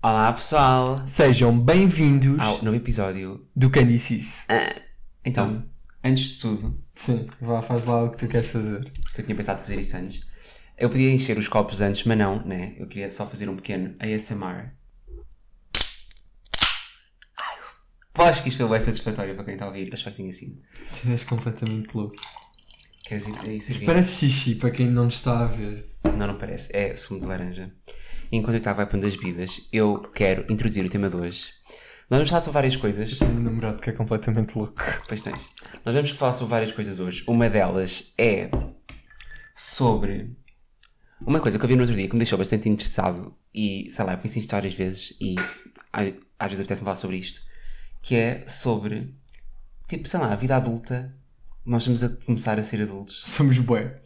Olá pessoal! Sejam bem-vindos Ao novo episódio. do Candice. Então, antes de tudo, Sim, vá, faz lá o que tu queres fazer. porque eu tinha pensado fazer isso antes, eu podia encher os copos antes, mas não, né? Eu queria só fazer um pequeno ASMR. Ai, eu acho que isto foi bem satisfatório para quem está a ouvir. Eu Acho que tinha sido. Tu és completamente louco. Quer dizer, é isso Isso aqui. Tipo, parece xixi para quem não nos está a ver. Não, não parece. É sumo de laranja. Enquanto eu estava a pôr das bebidas, eu quero introduzir o tema de hoje. Nós vamos falar sobre várias coisas. Tenho um namorado que é completamente louco. Pois tens. Nós vamos falar sobre várias coisas hoje. Uma delas é sobre uma coisa que eu vi no outro dia que me deixou bastante interessado e, sei lá, eu penso em histórias às vezes e às, às vezes apetece-me falar sobre isto, que é sobre, tipo, sei lá, a vida adulta. Nós estamos a começar a ser adultos. Somos bué.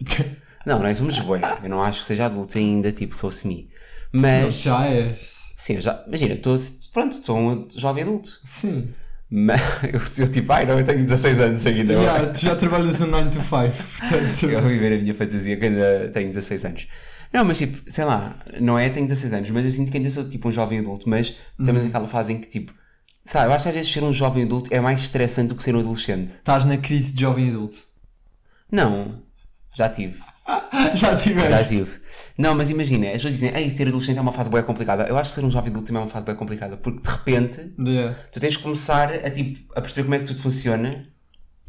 Não, nós somos bué. Eu não acho que seja adulto ainda, tipo, sou semi. Não, Mas, já és. sim, eu já, imagina, estou, pronto, sou um jovem adulto. Sim. Mas, eu, eu tipo, ai não, eu tenho 16 anos ainda. Yeah, tu já trabalhas um 9 to 5, portanto. Eu vou viver a minha fantasia que ainda tenho 16 anos. Não, mas tipo, sei lá, não é tenho 16 anos, mas eu sinto que ainda sou tipo um jovem adulto, mas estamos naquela fase em que tipo, sabe, eu acho que às vezes ser um jovem adulto é mais estressante do que ser um adolescente. Estás na crise de jovem adulto. Não, já tive, Já já tiveste. tive. Não, mas imagina, as pessoas dizem, ei, ser adolescente é uma fase bem complicada. Eu acho que ser um jovem adulto também é uma fase bem complicada, porque de repente Yeah. tu tens que começar a tipo, a perceber como é que tudo funciona.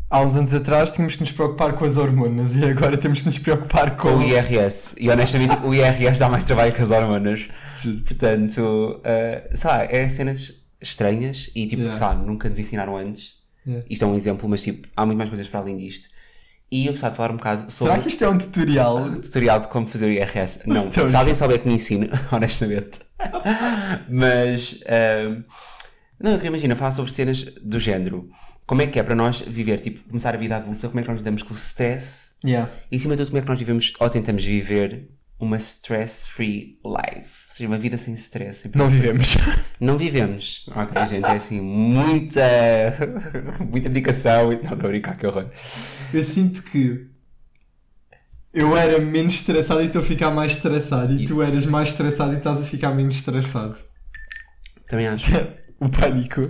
Há uns anos atrás tínhamos que nos preocupar com as hormonas e agora temos que nos preocupar com. Com o IRS, e honestamente o IRS dá mais trabalho que as hormonas. Portanto, uh, sei lá, é cenas estranhas e tipo, Yeah. sei lá, nunca nos ensinaram antes. Yeah. Isto é um exemplo, mas tipo, há muito mais coisas para além disto. E eu gostava de falar um bocado sobre Será que isto é um tutorial? o tutorial de como fazer o IRS. Não, Então- se alguém souber que me ensine, honestamente. mas, um, não, eu queria imaginar falar sobre cenas do género. Como é que é para nós viver, tipo, começar a vida adulta, como é que nós lidamos com o stress Yeah. e, acima de tudo, como é que nós vivemos ou tentamos viver uma stress-free life? Ou seja, uma vida sem stress. sem Não vivemos. Não vivemos. Ok, gente, é assim, muita. muita dedicação. e- Não, estou a brincar, que horror. Eu sinto que eu era menos estressado e estou a ficar mais estressado. E tu eras mais estressado e estás a ficar menos estressado. Também acho. O pânico.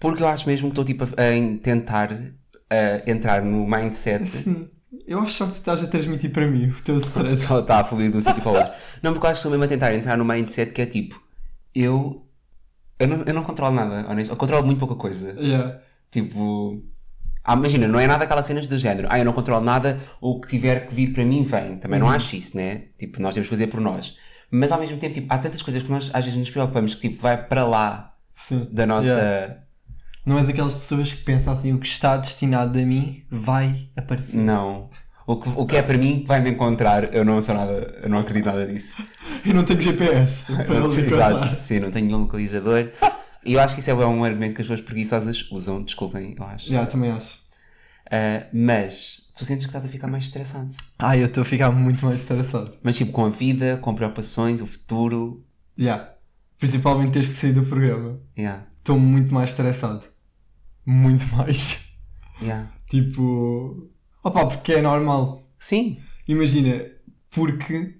Porque eu acho mesmo que estou, tipo, a, a tentar a entrar no mindset. Sim. Eu acho só que tu estás a transmitir para mim o teu stress. Só está a fluir de um sítio para o outro. Não, porque eu acho que estou mesmo a tentar entrar no mindset que é tipo, eu. Eu não, eu não controlo nada, honesto. Eu controlo muito pouca coisa. Yeah. Tipo. Ah, imagina, não é nada aquelas cenas do género. Ah, eu não controlo nada, o que tiver que vir para mim vem. Também Uhum. não acho isso, né? Tipo, nós temos que fazer por nós. Mas ao mesmo tempo, tipo, há tantas coisas que nós às vezes nos preocupamos que tipo, vai para lá Sim. da nossa. Yeah. Não és aquelas pessoas que pensam assim: o que está destinado a mim vai aparecer. Não. O que, o que é para mim que vai me encontrar, eu não sou nada, eu não acredito nada disso. Eu não tenho GPS para Não- ele Exato, encontrar. sim, não tenho nenhum localizador. E eu acho que isso é um argumento que as pessoas preguiçosas usam, desculpem, eu acho. Yeah, também acho. Ah, mas tu sentes que estás a ficar mais estressado. Ai, eu estou a ficar muito mais estressado. Mas tipo, com a vida, com preocupações, o futuro. Yeah. Principalmente desde que saí do programa. Yeah, Estou muito mais estressado. Muito mais. yeah. Tipo. Opa, porque é normal. Sim, Imagina, porque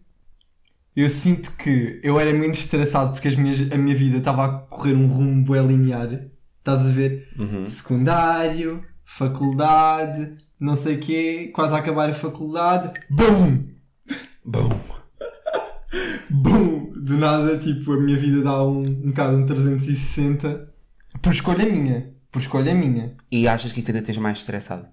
eu sinto que eu era menos estressado porque as minhas, a minha vida estava a correr um rumo bem linear. Estás a ver? Uhum. Secundário, faculdade, não sei o quê, quase a acabar a faculdade. BUM! Bom. BUM! Do nada, tipo, a minha vida dá um, um bocado um 360. Por escolha minha. Por escolha minha. E achas que isso ainda tens mais estressado?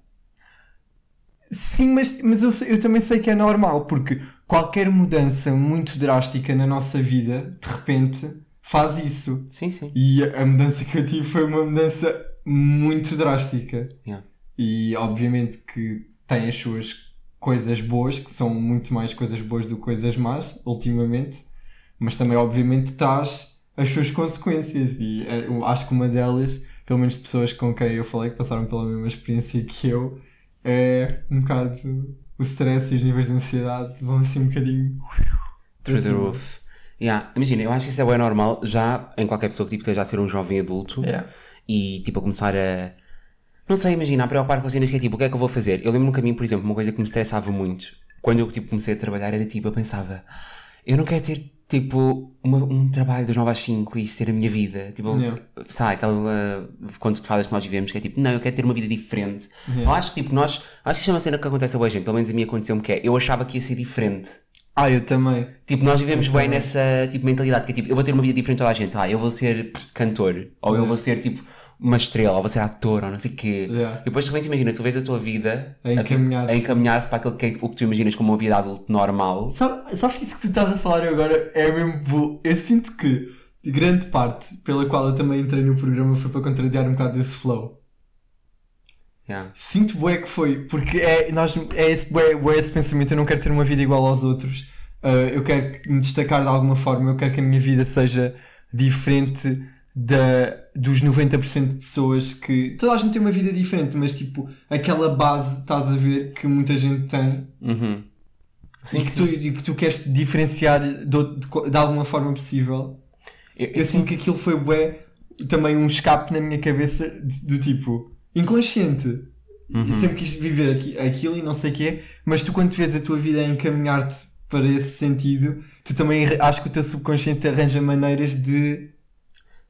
Sim, mas, mas eu, sei- eu também sei que é normal, porque qualquer mudança muito drástica na nossa vida, de repente, faz isso. Sim, sim. E a a mudança que eu tive foi uma mudança muito drástica. Yeah. E obviamente que tem as suas coisas boas, que são muito mais coisas boas do que coisas más, ultimamente, mas também, obviamente, traz as suas consequências. E eh, eu acho que uma delas, pelo menos de pessoas com quem eu falei que passaram pela mesma experiência que eu, é um bocado o stress e os níveis de ansiedade vão assim um bocadinho. Through the Sim. roof. Yeah. Imagina, eu acho que isso é bem normal já em qualquer pessoa que tipo, esteja a ser um jovem adulto e tipo a começar a. Não sei, imagina, a preocupar com cenas que é tipo, o que é que eu vou fazer? Eu lembro no caminho, por exemplo, uma coisa que me estressava muito quando eu tipo, comecei a trabalhar era tipo, eu pensava, eu não quero ter tipo, uma- um trabalho das 9 às 5 e ser a minha vida. Tipo, Yeah. sabe, aquela conto de fadas que nós vivemos que é tipo, não, eu quero ter uma vida diferente. Eu Yeah. acho que, tipo, nós. Acho que isto é uma cena que acontece a boa gente, pelo menos a mim aconteceu-me que é. Eu achava que ia ser diferente. Ah, eu também. Tipo, nós vivemos Eu bem também. nessa tipo, mentalidade que é tipo, eu vou ter uma vida diferente de toda a gente. Ah, eu vou ser cantor, ou eu Yeah. vou ser tipo uma estrela, ou vou ser ator, ou não sei o quê. Yeah. E depois de repente imagina, tu vês a tua vida É. A encaminhar-se. a encaminhar-se para aquilo que, é, tipo, o que tu imaginas como uma vida adulto normal. Sabe- sabes que isso que tu estás a falar agora é mesmo. bu- Eu sinto que grande parte pela qual eu também entrei no programa foi para contrariar um bocado esse flow. Yeah. Sinto bué que foi, porque é, nós, é esse, bué, bué esse pensamento, eu não quero ter uma vida igual aos outros, ah, eu quero que- me destacar de alguma forma, eu quero que a minha vida seja diferente da, dos 90% de pessoas que... Toda a gente tem uma vida diferente, mas tipo, aquela base, estás a ver, que muita gente tem Uhum. e, que tu, e que tu queres te diferenciar de, out- de, co- de alguma forma possível. Eu, eu Eu sinto- sinto que aquilo foi bué, também um escape na minha cabeça de- do tipo, inconsciente. Uhum. Eu sempre quis viver aqui, aquilo e não sei o quê, mas tu quando vês a tua vida a encaminhar-te para esse sentido, tu também arra- acho que o teu subconsciente arranja maneiras de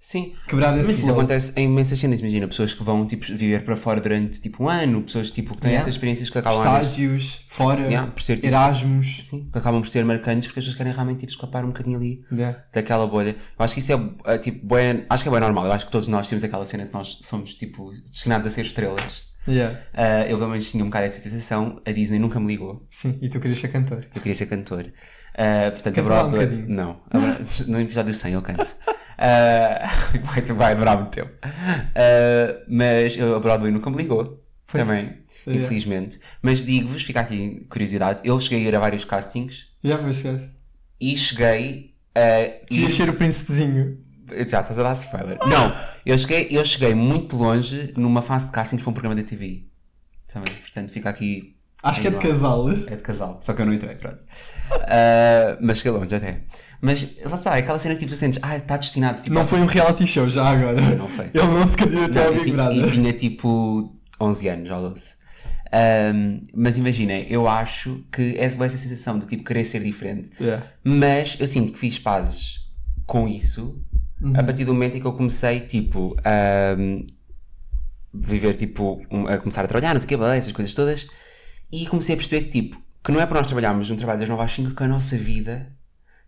Sim, quebrar esse mas isso flow. acontece em imensas cenas. Imagina, pessoas que vão tipo, viver para fora durante tipo um ano, pessoas tipo, que têm Yeah. essas experiências que acabam Estágios, fora, Yeah, por ser tipo, Erasmus. Sim, que acabam por ser marcantes porque as pessoas querem realmente tipo, escapar um bocadinho ali Yeah. daquela bolha. Eu acho que isso é, eh, tipo, bem, acho que é bem normal. Eu acho que todos nós temos aquela cena que nós somos, tipo, destinados a ser estrelas. Yeah. Ah, eu, pelo menos, tinha um bocado essa sensação. A Disney nunca me ligou. Sim, e tu querias ser cantor. Eu queria ser cantor. Ah, portanto, Canta lá um Broadway- bocadinho. não. A Bro- No episódio 100 eu canto. Ah, vai, vai demorar muito tempo. Ah, mas eu, a Broadway nunca me ligou. Pois. Também, Yeah. infelizmente. Mas digo-vos, fica aqui curiosidade. Eu cheguei a ir a vários castings Já vou esquecer. e cheguei a. Querias ser o príncipezinho. Já estás a dar spoiler. Não, eu cheguei, eu cheguei muito longe numa fase de castings para um programa da TV. Também, portanto, fica aqui. Acho que é de Não. casal. É de casal, só que eu não entrei, pronto. Ah, mas cheguei longe até. Mas lá está, é aquela cena que tipo, tu sentes, ah, está destinado. Tipo, Não foi um reality show já agora. Sim, não foi. Ele não se candidatou Não, ao eu Big ti- e Brother. tinha tipo 11 anos ou 12. Ahm, mas imagina, eu acho que é só essa sensação de tipo querer ser diferente. Yeah. Mas eu sinto que fiz pazes com isso a partir do momento em que eu comecei, tipo, a hum, viver, tipo, um- a começar a trabalhar, não sei o quê, blá, blá, essas coisas todas, e comecei a perceber que, tipo, que não é para nós trabalharmos num trabalho das 9 às 5 que a nossa vida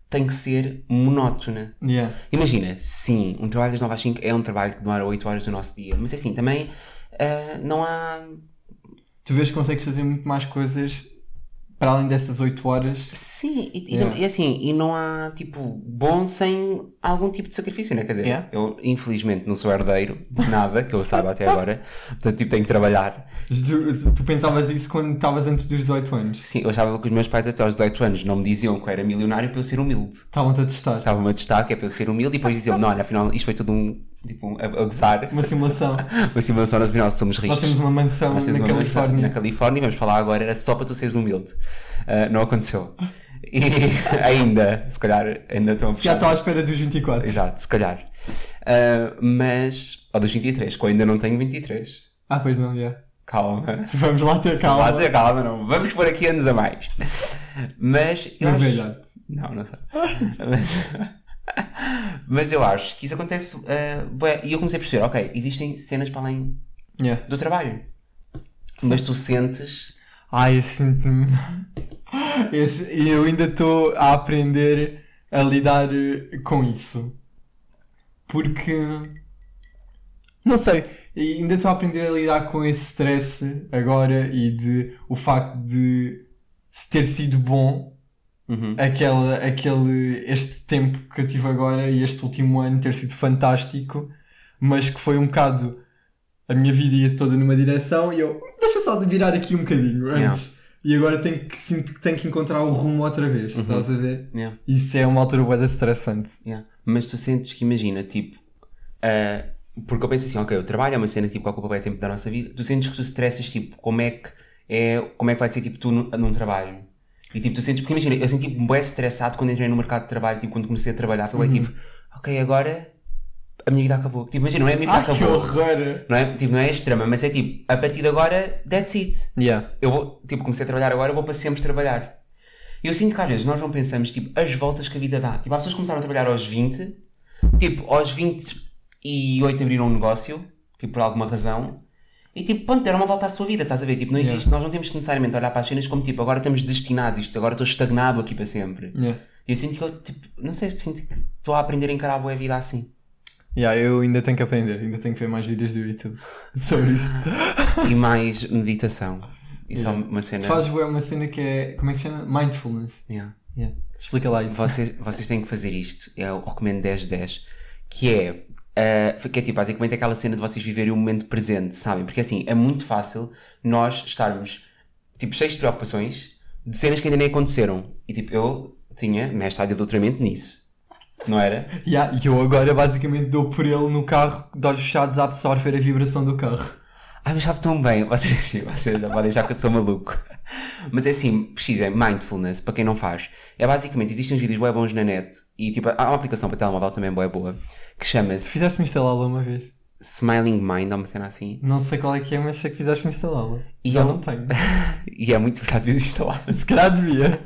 tem que ser monótona. Yeah. Imagina, sim, um trabalho das 9 às 5 é um trabalho que demora 8 horas do nosso dia, mas é assim, também ah, não há. tu vês que consegues fazer muito mais coisas para além dessas 8 horas. Sim, e, e- Yeah. e assim, e não há, tipo, bom sem algum tipo de sacrifício, né? Quer dizer, Yeah. eu infelizmente não sou herdeiro de nada, que eu saiba até agora, portanto, tipo, tenho que trabalhar. Tu, tu pensavas isso quando estavas antes dos 18 anos. Sim, eu achava que os meus pais até aos 18 anos não me diziam que eu era milionário para eu ser humilde. Estavam-te a testar. Estava-me a destaque, é para eu ser humilde, e depois diziam-me, não, olha, afinal, isto foi tudo um, tipo, um, a, a gozar, Uma simulação. mas sim, mas nós afinal somos Nós ricos. temos uma mansão Nós temos na uma mansão Califórnia. Na Califórnia, vamos falar agora, era só para tu seres humilde. Ah, não aconteceu. E ainda, se calhar, ainda estão a Já puxar. estou à espera dos 24. Exato, se calhar. Ah, mas. Ou dos 23, que eu ainda não tenho 23. Ah, pois não, já. Calma. Vamos lá ter Calma, calma. calma, não. Vamos pôr aqui anos a mais. Mas. eu Na acho- velha. Não, não sei. mas, mas eu acho que isso acontece. ah, bué, e eu comecei a perceber, ok, existem cenas para além Yeah. do trabalho. Mas tu sentes. Ai, eu sinto-me. Esse- E eu ainda estou a aprender a lidar eh, com isso. Porque. Não sei. e Ainda estou a aprender a lidar com esse stress agora e de o facto de se ter sido bom Uhum. aquela, aquele, este tempo que eu tive agora e este último ano ter sido fantástico, mas que foi um bocado a minha vida ia toda numa direção e eu deixa só de virar aqui um bocadinho antes. Yeah. E agora tenho que, sinto que tenho que encontrar o rumo outra vez, Uhum. estás a ver? Yeah. Isso é uma altura bué estressante. Yeah. Mas tu sentes que, imagina, tipo. ah, porque eu penso assim, ok, o trabalho é uma cena tipo, que ocupa bem tempo da nossa vida. Tu sentes que tu stressas, tipo, como é que, é, como é que vai ser tipo, tu num, num trabalho? E tipo, tu sentes. Porque imagina, eu senti bem estressado quando entrei no mercado de trabalho, tipo, quando comecei a trabalhar. Foi bem, Uhum. tipo, ok, agora a minha vida acabou. Tipo, imagina, não é a minha vida Ai, que acabou. horror! Não é, tipo, não é extrema, mas é tipo, a partir de agora, that's it. Yeah. Eu vou, tipo, comecei a trabalhar agora, eu vou para sempre trabalhar. E eu sinto que às vezes nós não pensamos, tipo, as voltas que a vida dá. Tipo, há pessoas que começaram a trabalhar aos 20, tipo, aos 28 abriram um negócio, tipo, por alguma razão, e tipo, pronto, deram uma volta à sua vida, estás a ver? Tipo, não Yeah. existe, nós não temos que necessariamente olhar para as cenas como, tipo, agora estamos destinados a isto, agora estou estagnado aqui para sempre. Yeah. E eu sinto que eu, tipo, não sei, eu sinto que estou a aprender a encarar a boa vida assim. Yeah, eu ainda tenho que aprender, ainda tenho que ver mais vídeos do YouTube sobre isso. E mais meditação. Isso Yeah. é uma cena. Tu fazes bué uma cena que é, como é que se chama? Mindfulness. Yeah. Yeah. Explica lá isso. Vocês, vocês têm que fazer isto. Eu recomendo 10-10. Que é. ah, que é tipo, basicamente aquela cena de vocês viverem o momento presente, sabem? Porque assim, é muito fácil nós estarmos, tipo, cheios de preocupações de cenas que ainda nem aconteceram. E tipo, eu tinha mestrado e doutoramento nisso. Não era? Yeah, e eu agora basicamente dou por ele no carro, de olhos fechados a absorver a vibração do carro. Ai, Ah, mas sabe tão bem. Vocês, sim, vocês já podem achar que eu sou maluco. Mas é assim, pesquisem mindfulness, para quem não faz. É basicamente, existem uns vídeos bué bons na net e tipo, há uma aplicação para telemóvel também bué boa que chama-se Fizeste-me instalá-la uma vez. Smiling Mind, ou uma cena assim. Não sei qual é que é, mas sei que fizeste-me instalá-la. E Já eu- não tenho. E é muito às vezes instalar. Se calhar devia.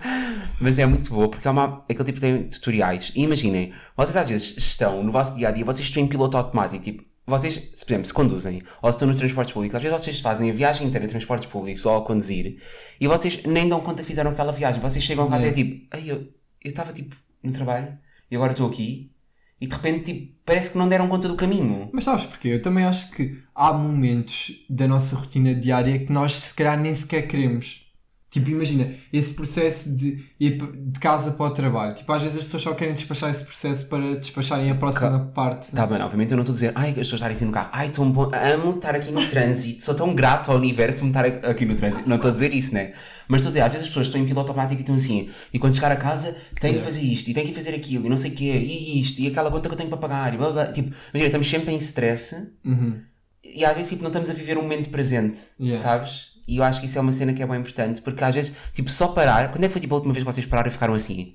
Mas é muito boa porque é uma, aquele tipo tem tutoriais. E imaginem, vocês às vezes estão no vosso dia a dia, vocês estão em piloto automático, tipo, vocês, se, por exemplo, se conduzem ou se estão nos transportes públicos, às vezes vocês fazem a viagem inteira em transportes públicos ou a conduzir e vocês nem dão conta que fizeram aquela viagem. Vocês chegam a casa e é tipo, Ei, eu eu estava tipo no trabalho e agora estou aqui e de repente tipo, parece que não deram conta do caminho. Mas sabes porquê? Eu também acho que há momentos da nossa rotina diária que nós se calhar nem sequer queremos. Tipo, imagina, esse processo de ir p- de casa para o trabalho. Tipo, às vezes as pessoas só querem despachar esse processo para despacharem a próxima parte. Tá bem, obviamente eu não estou a dizer, ai, as pessoas estarem assim no carro, ai, tão bom, amo estar aqui no trânsito, sou tão grato ao universo por me estar a- aqui no trânsito. Não estou a dizer isso, né? Mas estou a dizer, às vezes as pessoas estão em piloto automático e estão assim, e quando chegar a casa, tenho que Yeah. fazer isto, e tenho que fazer aquilo, e não sei o quê, e isto, e aquela conta que eu tenho para pagar, e blá blá. blá. Tipo, imagina, estamos sempre em stress, Uhum. e às vezes, tipo, não estamos a viver o momento presente, Yeah. sabes? E eu acho que isso é uma cena que é bem importante, porque às vezes, tipo, só parar, quando é que foi, tipo, a última vez que vocês pararam e ficaram assim,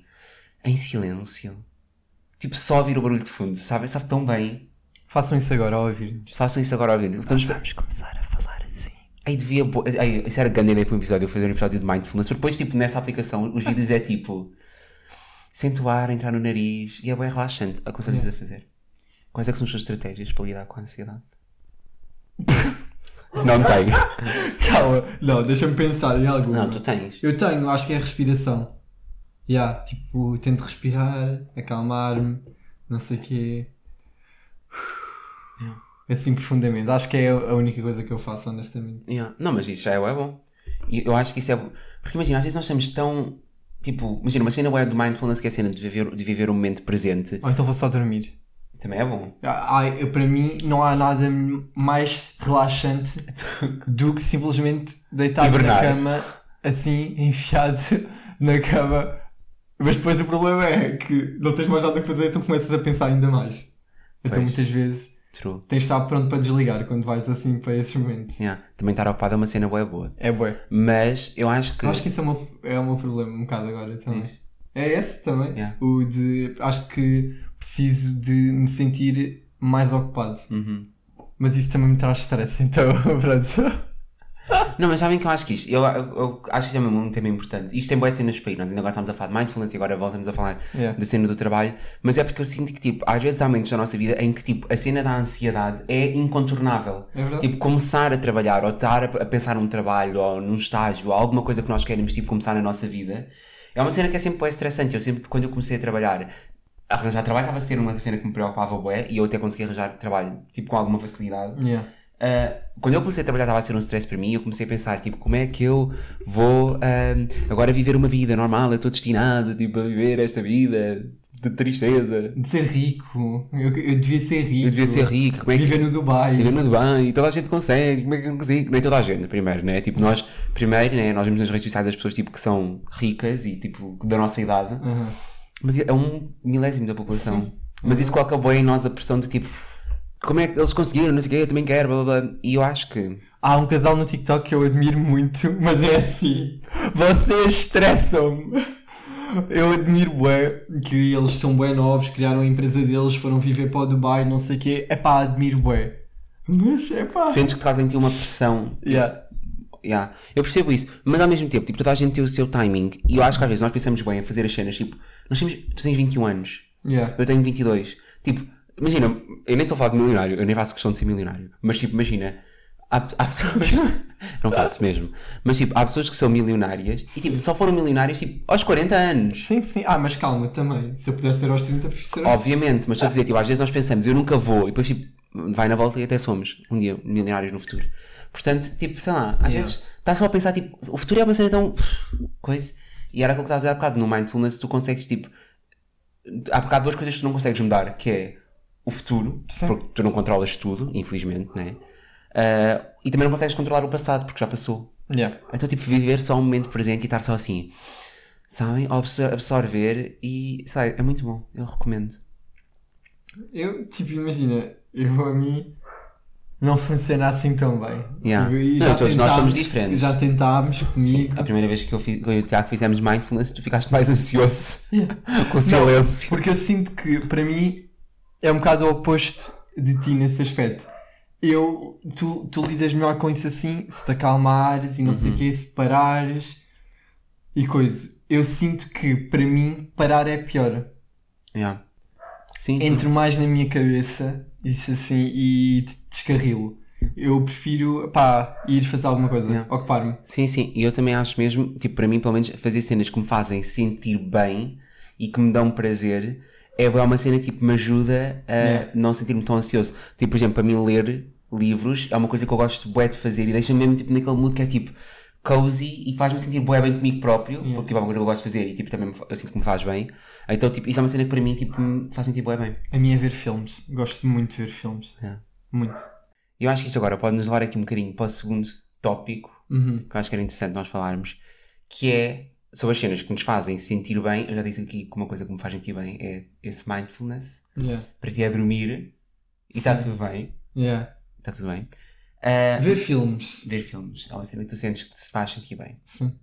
em silêncio? Tipo, só ouvir o barulho de fundo, sabe? Sabe tão bem. Façam isso agora ao ouvir-nos. Façam isso agora ao vídeo. Estamos... Vamos começar a falar assim. Aí devia. bo- Aí, isso era grande ideia para um episódio, eu fazer um episódio de mindfulness. Porque depois, tipo, nessa aplicação, os vídeos é tipo. Sente o ar, entrar no nariz e é bem relaxante. Aconselho-vos a fazer. Quais é que são as suas estratégias para lidar com a ansiedade? Não tenho. Calma, não, deixa-me pensar em alguma. Não, tu tens. Eu tenho, acho que é a respiração. Yeah, tipo, tento respirar, acalmar-me, não sei o quê. Assim profundamente. Acho que é a única coisa que eu faço, honestamente. Yeah. Não, mas isso já é bué bom. E eu acho que isso é. bo- Porque imagina, às vezes nós estamos tão. Tipo, imagina, uma cena bué do mindfulness que é a cena de viver, de viver o momento presente. Ou então vou só dormir. Também é bom. Ah, ah, eu- para mim, não há nada mais relaxante do que simplesmente deitar na Hibernar. cama, assim, enfiado na cama. Mas depois o problema é que não tens mais nada que fazer, então começas a pensar ainda mais. Então Pois. muitas vezes True. Tens de estar pronto para desligar quando vais assim para esses momentos. Yeah. Também estar ocupado é uma cena bué boa. É bué. Mas eu acho que. Eu acho que isso é o meu, é o meu problema um bocado agora também. Diz. É esse também. Yeah. O de. Acho que preciso de me sentir mais ocupado. Uhum. Mas isso também me traz stress, então pronto. Não, mas sabem que eu acho que isto, eu, eu- eu acho que é mesmo um tema importante. Isto tem boas cenas para ir, nós ainda agora estamos a falar de mindfulness e agora voltamos a falar Yeah. da cena do trabalho, mas é porque eu sinto que, tipo, às vezes há momentos da nossa vida em que, tipo, a cena da ansiedade é incontornável. É verdade. Tipo, começar a trabalhar ou estar a a pensar num trabalho ou num estágio ou alguma coisa que nós queremos, tipo, começar na nossa vida, é uma cena que é sempre bué estressante. Eu sempre, quando eu comecei a trabalhar, arranjar trabalho estava a ser uma cena que me preocupava bué e eu até consegui arranjar trabalho, tipo, com alguma facilidade. Yeah. Ah, quando eu comecei a trabalhar estava a ser um stress para mim eu comecei a pensar, tipo, como é que eu vou ahm, agora viver uma vida normal, eu estou destinado, tipo, a viver esta vida de tristeza, De ser rico. Eu, eu devia ser rico. eu devia ser rico, como é que Viver no Dubai. viver no Dubai, toda a gente consegue, como é que eu não consigo? Nem toda a gente, primeiro, né? Tipo, nós, primeiro, né, nós vemos nas redes sociais as pessoas, tipo, que são ricas e, tipo, da nossa idade, Aham. mas é um milésimo da população. Sim. Mas isso coloca bem em nós a pressão de, tipo, como é que eles conseguiram, não sei o quê, eu também quero, blá, blá, blá. E eu acho que... Há um casal no TikTok que eu admiro muito, mas é assim. Vocês estressam-me. Eu admiro bué que eles são bué novos, criaram a empresa deles, foram viver para o Dubai, não sei o quê. É pá, admiro bué. Mas é pá. Sentes que trazem-te uma pressão Yeah. yeah. Eu percebo isso, mas ao mesmo tempo, tipo, toda a gente tem o seu timing. E eu acho que às vezes nós pensamos bem a fazer as cenas, tipo, nós temos, tu tens 21 anos, Yeah. eu tenho 22. Tipo, imagina, eu nem estou a falar de milionário, eu nem faço questão de ser milionário, mas tipo, imagina, há, há pessoas. não faço mesmo, mas tipo, há pessoas que são milionárias e tipo, só foram milionárias tipo, aos 40 anos. Sim, sim. Ah, mas calma, também. Se eu pudesse ser aos 30, prefiro ser aos Obviamente, mas estou a Ah. dizer, tipo, às vezes nós pensamos, eu nunca vou, e depois tipo, vai na volta e até somos um dia milionários no futuro. Portanto, tipo, sei lá, às Yeah. vezes estás só a pensar, tipo, o futuro é uma cena tão. coisa. E era aquilo que estás a dizer há bocado, no Mindfulness tu consegues, tipo. Há bocado duas coisas que tu não consegues mudar, que é o futuro, Sim. porque tu não controlas tudo, infelizmente, né? Ah, e também não consegues controlar o passado, porque já passou. Yeah. Então, tipo, viver só o momento presente e estar só assim, sabem? Absor- Absorver e, sabe, é muito bom, eu recomendo. Eu, tipo, imagina, eu a mim não funciona assim tão bem. Yeah. Tipo, e Não, já todos nós somos tentámos- diferentes. Já tentámos Sim, comigo. a primeira vez que eu, fiz, que eu e o Tiago fizemos mindfulness, tu ficaste mais ansioso Yeah. com o silêncio. Porque eu sinto que, para mim, é um bocado o oposto de ti nesse aspecto. Eu, tu, tu lidas melhor com isso assim, se te acalmares e não sei o Uhum. quê, se parares e coisa. Eu sinto que, para mim, parar é pior. Uhum. Yeah. Sim, sim. Entro mais na minha cabeça, isso assim, e de- descarrilo. Eu prefiro, pá, ir fazer alguma coisa, Yeah. ocupar-me. Sim, sim, e eu também acho mesmo, tipo, para mim, pelo menos, fazer cenas que me fazem sentir bem e que me dão prazer é bué uma cena que tipo, me ajuda a Yeah. não sentir-me tão ansioso. Tipo, por exemplo, para mim, ler livros é uma coisa que eu gosto bué de fazer e deixa-me mesmo tipo, naquele mood que é tipo cozy e que faz-me sentir bué bem comigo próprio, Yeah. porque tipo, é uma coisa que eu gosto de fazer e tipo, também me fa- eu sinto que me faz bem. Então, tipo, isso é uma cena que para mim tipo, me faz sentir bué bem. A mim é ver filmes, gosto muito de ver filmes. Yeah. Muito. E eu acho que isto agora pode nos levar aqui um bocadinho para o segundo tópico, Uhum. que eu acho que era interessante nós falarmos, que é sobre as cenas que nos fazem sentir bem. Eu já disse aqui que uma coisa que me faz sentir bem é esse mindfulness. Yeah. Para ti é dormir e está Sim. tudo bem. Yeah. Está tudo bem. Ah, Ver filmes. ver filmes. É uma cena que tu sentes que te faz sentir bem. Sim.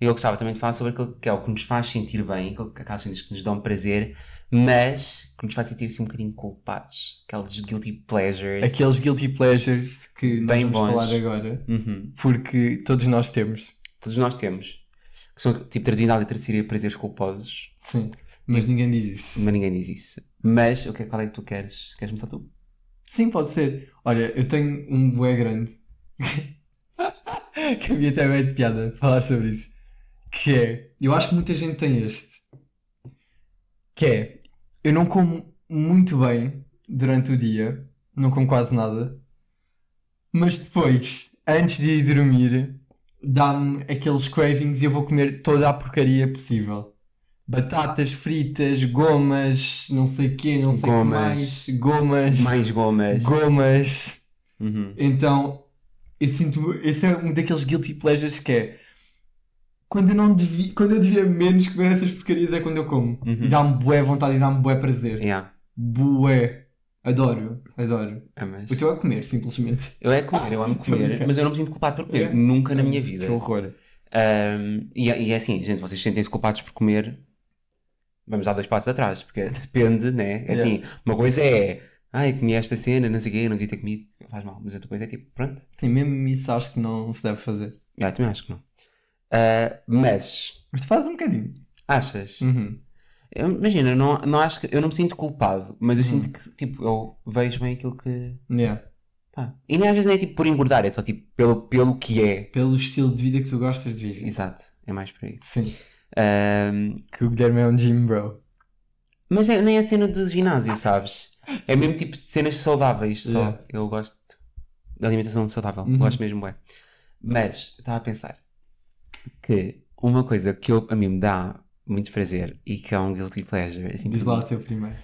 E eu gostava também de falar sobre aquilo que é o que nos faz sentir bem, aquilo que- aquelas cenas que nos dão prazer, mas que nos faz sentir assim um bocadinho culpados. Aqueles guilty pleasures. aqueles guilty pleasures que É nós Bem bons. vamos falar agora, Uhum. porque todos nós temos. todos nós temos. Que são, tipo, traduzindo à letra seria prazeres culposos, Sim. Mas ninguém diz isso. mas ninguém diz isso. Mas, o que é, qual é que tu queres? Queres começar tu? Sim, pode ser. Olha, eu tenho um bué grande que a minha até bem de piada falar sobre isso. Que é, eu acho que muita gente tem este. Que é, eu não como muito bem durante o dia, não como quase nada, mas depois, antes de ir dormir, dá-me aqueles cravings e eu vou comer toda a porcaria possível. Batatas fritas, gomas, não sei o quê, não sei o que Gomas. mais, gomas. Mais gomas. Gomas. Uhum. Então, eu sinto. Esse é um daqueles guilty pleasures que é. Quando eu, não devia, quando eu devia menos comer essas porcarias é quando eu como. Uhum. E Dá-me bué vontade e dá-me bué prazer. Yeah. Bué. Adoro, adoro. Amas. O teu é comer, simplesmente. Eu é comer, eu amo Tô comer, brincando. mas eu não me sinto culpado por comer, Yeah. nunca na minha vida. É. Que horror. Ahm, e, é- e é assim, gente, vocês sentem-se culpados por comer, vamos dar dois passos atrás, porque depende, né? É assim, uma coisa é, ai, comi esta cena, não sei o quê, não devia ter comido, faz mal, mas outra coisa é tipo, pronto, Sim, mesmo isso acho que não se deve fazer. yeah, eu também acho que não. Ah, mas, Mas tu fazes um bocadinho. achas? Uhum. Eu- Imagina, eu não, não acho que, eu não me sinto culpado, mas eu Hum. sinto que, tipo, eu vejo bem aquilo que. Yeah. Pá. E nem às vezes nem é tipo por engordar, é só tipo pelo, pelo que é. Pelo estilo de vida que tu gostas de viver. Exato, é mais por aí. Sim. Ahm, Que o Guilherme é um gym bro. mas é, nem é cena do ginásio, sabes? É mesmo tipo cenas saudáveis, só. Yeah. Eu gosto da alimentação saudável, Uhum. gosto mesmo, bem. Mas, estava a pensar que uma coisa que eu, a mim me dá muito prazer e que é um guilty pleasure, assim, Diz para lá mim, o teu primeiro.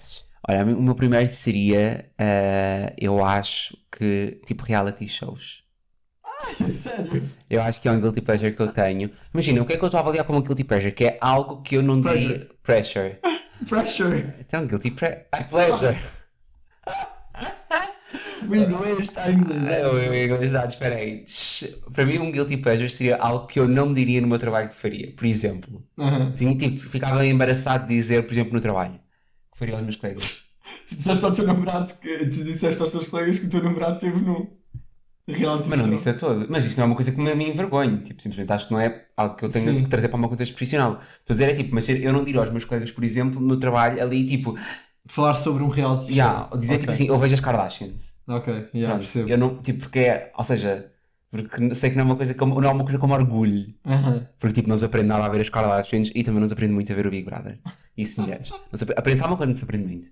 Olha, o meu primeiro seria, eh, eu acho que, tipo, reality shows. é Sério? Eu acho que é um guilty pleasure que eu tenho. Imagina, o que é que eu estou a avaliar como guilty pleasure? Que é algo que eu não diria... Pressure. Pressure. Então, guilty pre- ah, pleasure. O inglês está em inglês. Ah, O meu inglês dá diferentes. Para mim, um guilty pleasure seria algo que eu não diria no meu trabalho que faria. Por exemplo, Aham. tinha, tipo, ficava embaraçado de dizer, por exemplo, no trabalho. Que faria aos meus colegas. Tu disseste ao teu namorado que tu disseste aos teus colegas que o teu namorado teve num. reality Mas não show. disse a todo. Mas isso não é uma coisa que me, me envergonhe. Tipo, simplesmente acho que não é algo que eu tenho Sim. que trazer para o meu contexto profissional. Estou a dizer, é tipo, mas eu não diria aos meus colegas, por exemplo, no trabalho ali, tipo, Falar sobre um reality show. yeah, dizer tipo Ok. assim, eu vejo as Kardashians. Ok, yeah, Pronto, percebo. eu não, tipo, porque é, ou seja, porque sei que não é uma coisa como, não é uma coisa como orgulho. Aham. Porque tipo, não se aprende nada a ver as Kardashians e também não se aprende muito a ver o Big Brother. E semelhantes. Não se apre- Aprende-se alguma coisa, não se aprende muito.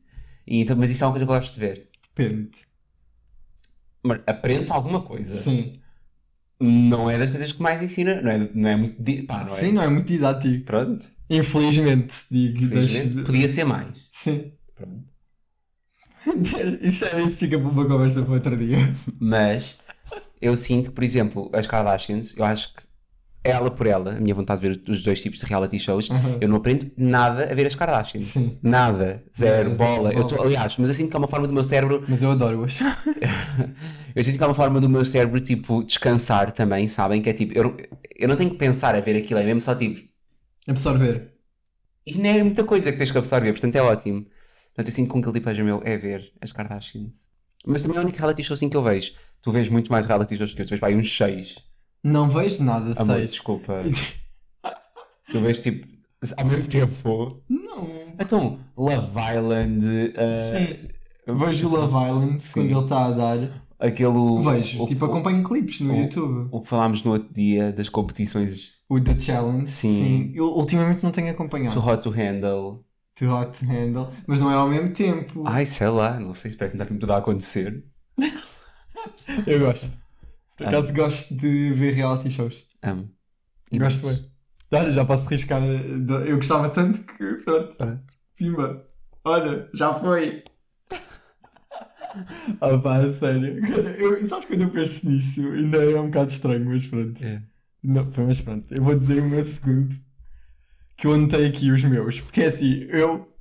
E, então, mas isso é uma coisa que eu gosto de ver. Depende. Mas aprende-se alguma coisa. Sim. Não é das coisas que mais ensina. Não é, não é muito. di- Pá, não é? Sim, não é muito didático. Pronto. Infelizmente, digo. Felizmente, das- podia ser mais. Sim. Pronto. Isso, é- isso fica para uma conversa para outro dia. Mas eu sinto que, por exemplo, as Kardashians, eu acho que ela por ela, a minha vontade de ver os dois tipos de reality shows, Aham. eu não aprendo nada a ver as Kardashians. Sim. Nada, zero, Zero, bola. Eu bola. tô, aliás, mas eu sinto que há uma forma do meu cérebro Mas eu adoro-as. Eu sinto que há uma forma do meu cérebro, tipo, descansar também, sabem? Que é tipo, eu, eu não tenho que pensar a ver aquilo, é mesmo só tipo. Absorver. E não é muita coisa que tens que absorver, portanto é ótimo. Portanto, eu sinto que um guilty pleasure meu é ver as Kardashians. Mas também é o único reality show assim que eu vejo. Tu vês muito mais reality shows que eu, tu vês, vai, uns seis Não vejo nada, Amor, sei. desculpa. tu vês tipo, ao mesmo tempo. Não. Então, Love Island, Eh, ah, Sim. Vejo o Love Island quando ele está a dar. aquele. Vejo. o- tipo, o, acompanho clipes no o- YouTube. o que falámos no outro dia das competições O The Challenge. Sim. Eu ultimamente não tenho Too acompanhado. Hot to Handle. Too Hot to Handle. Mas não é ao mesmo tempo. Ai, sei lá, não sei, se parece que está sempre tudo a acontecer. Eu gosto. Por Ah. acaso gosto de ver reality shows. Amo. Gosto bem. Olha, já posso riscar. eh, do- Eu gostava tanto que. Pronto. Tá. Pimba. Olha, já foi. Ah pá, a sério. Quando Eu, sabes quando eu penso nisso? Ainda é um bocado estranho, mas pronto. É. Não, mas pronto, eu vou dizer o meu segundo. Que eu anotei aqui os meus. Porque é assim, eu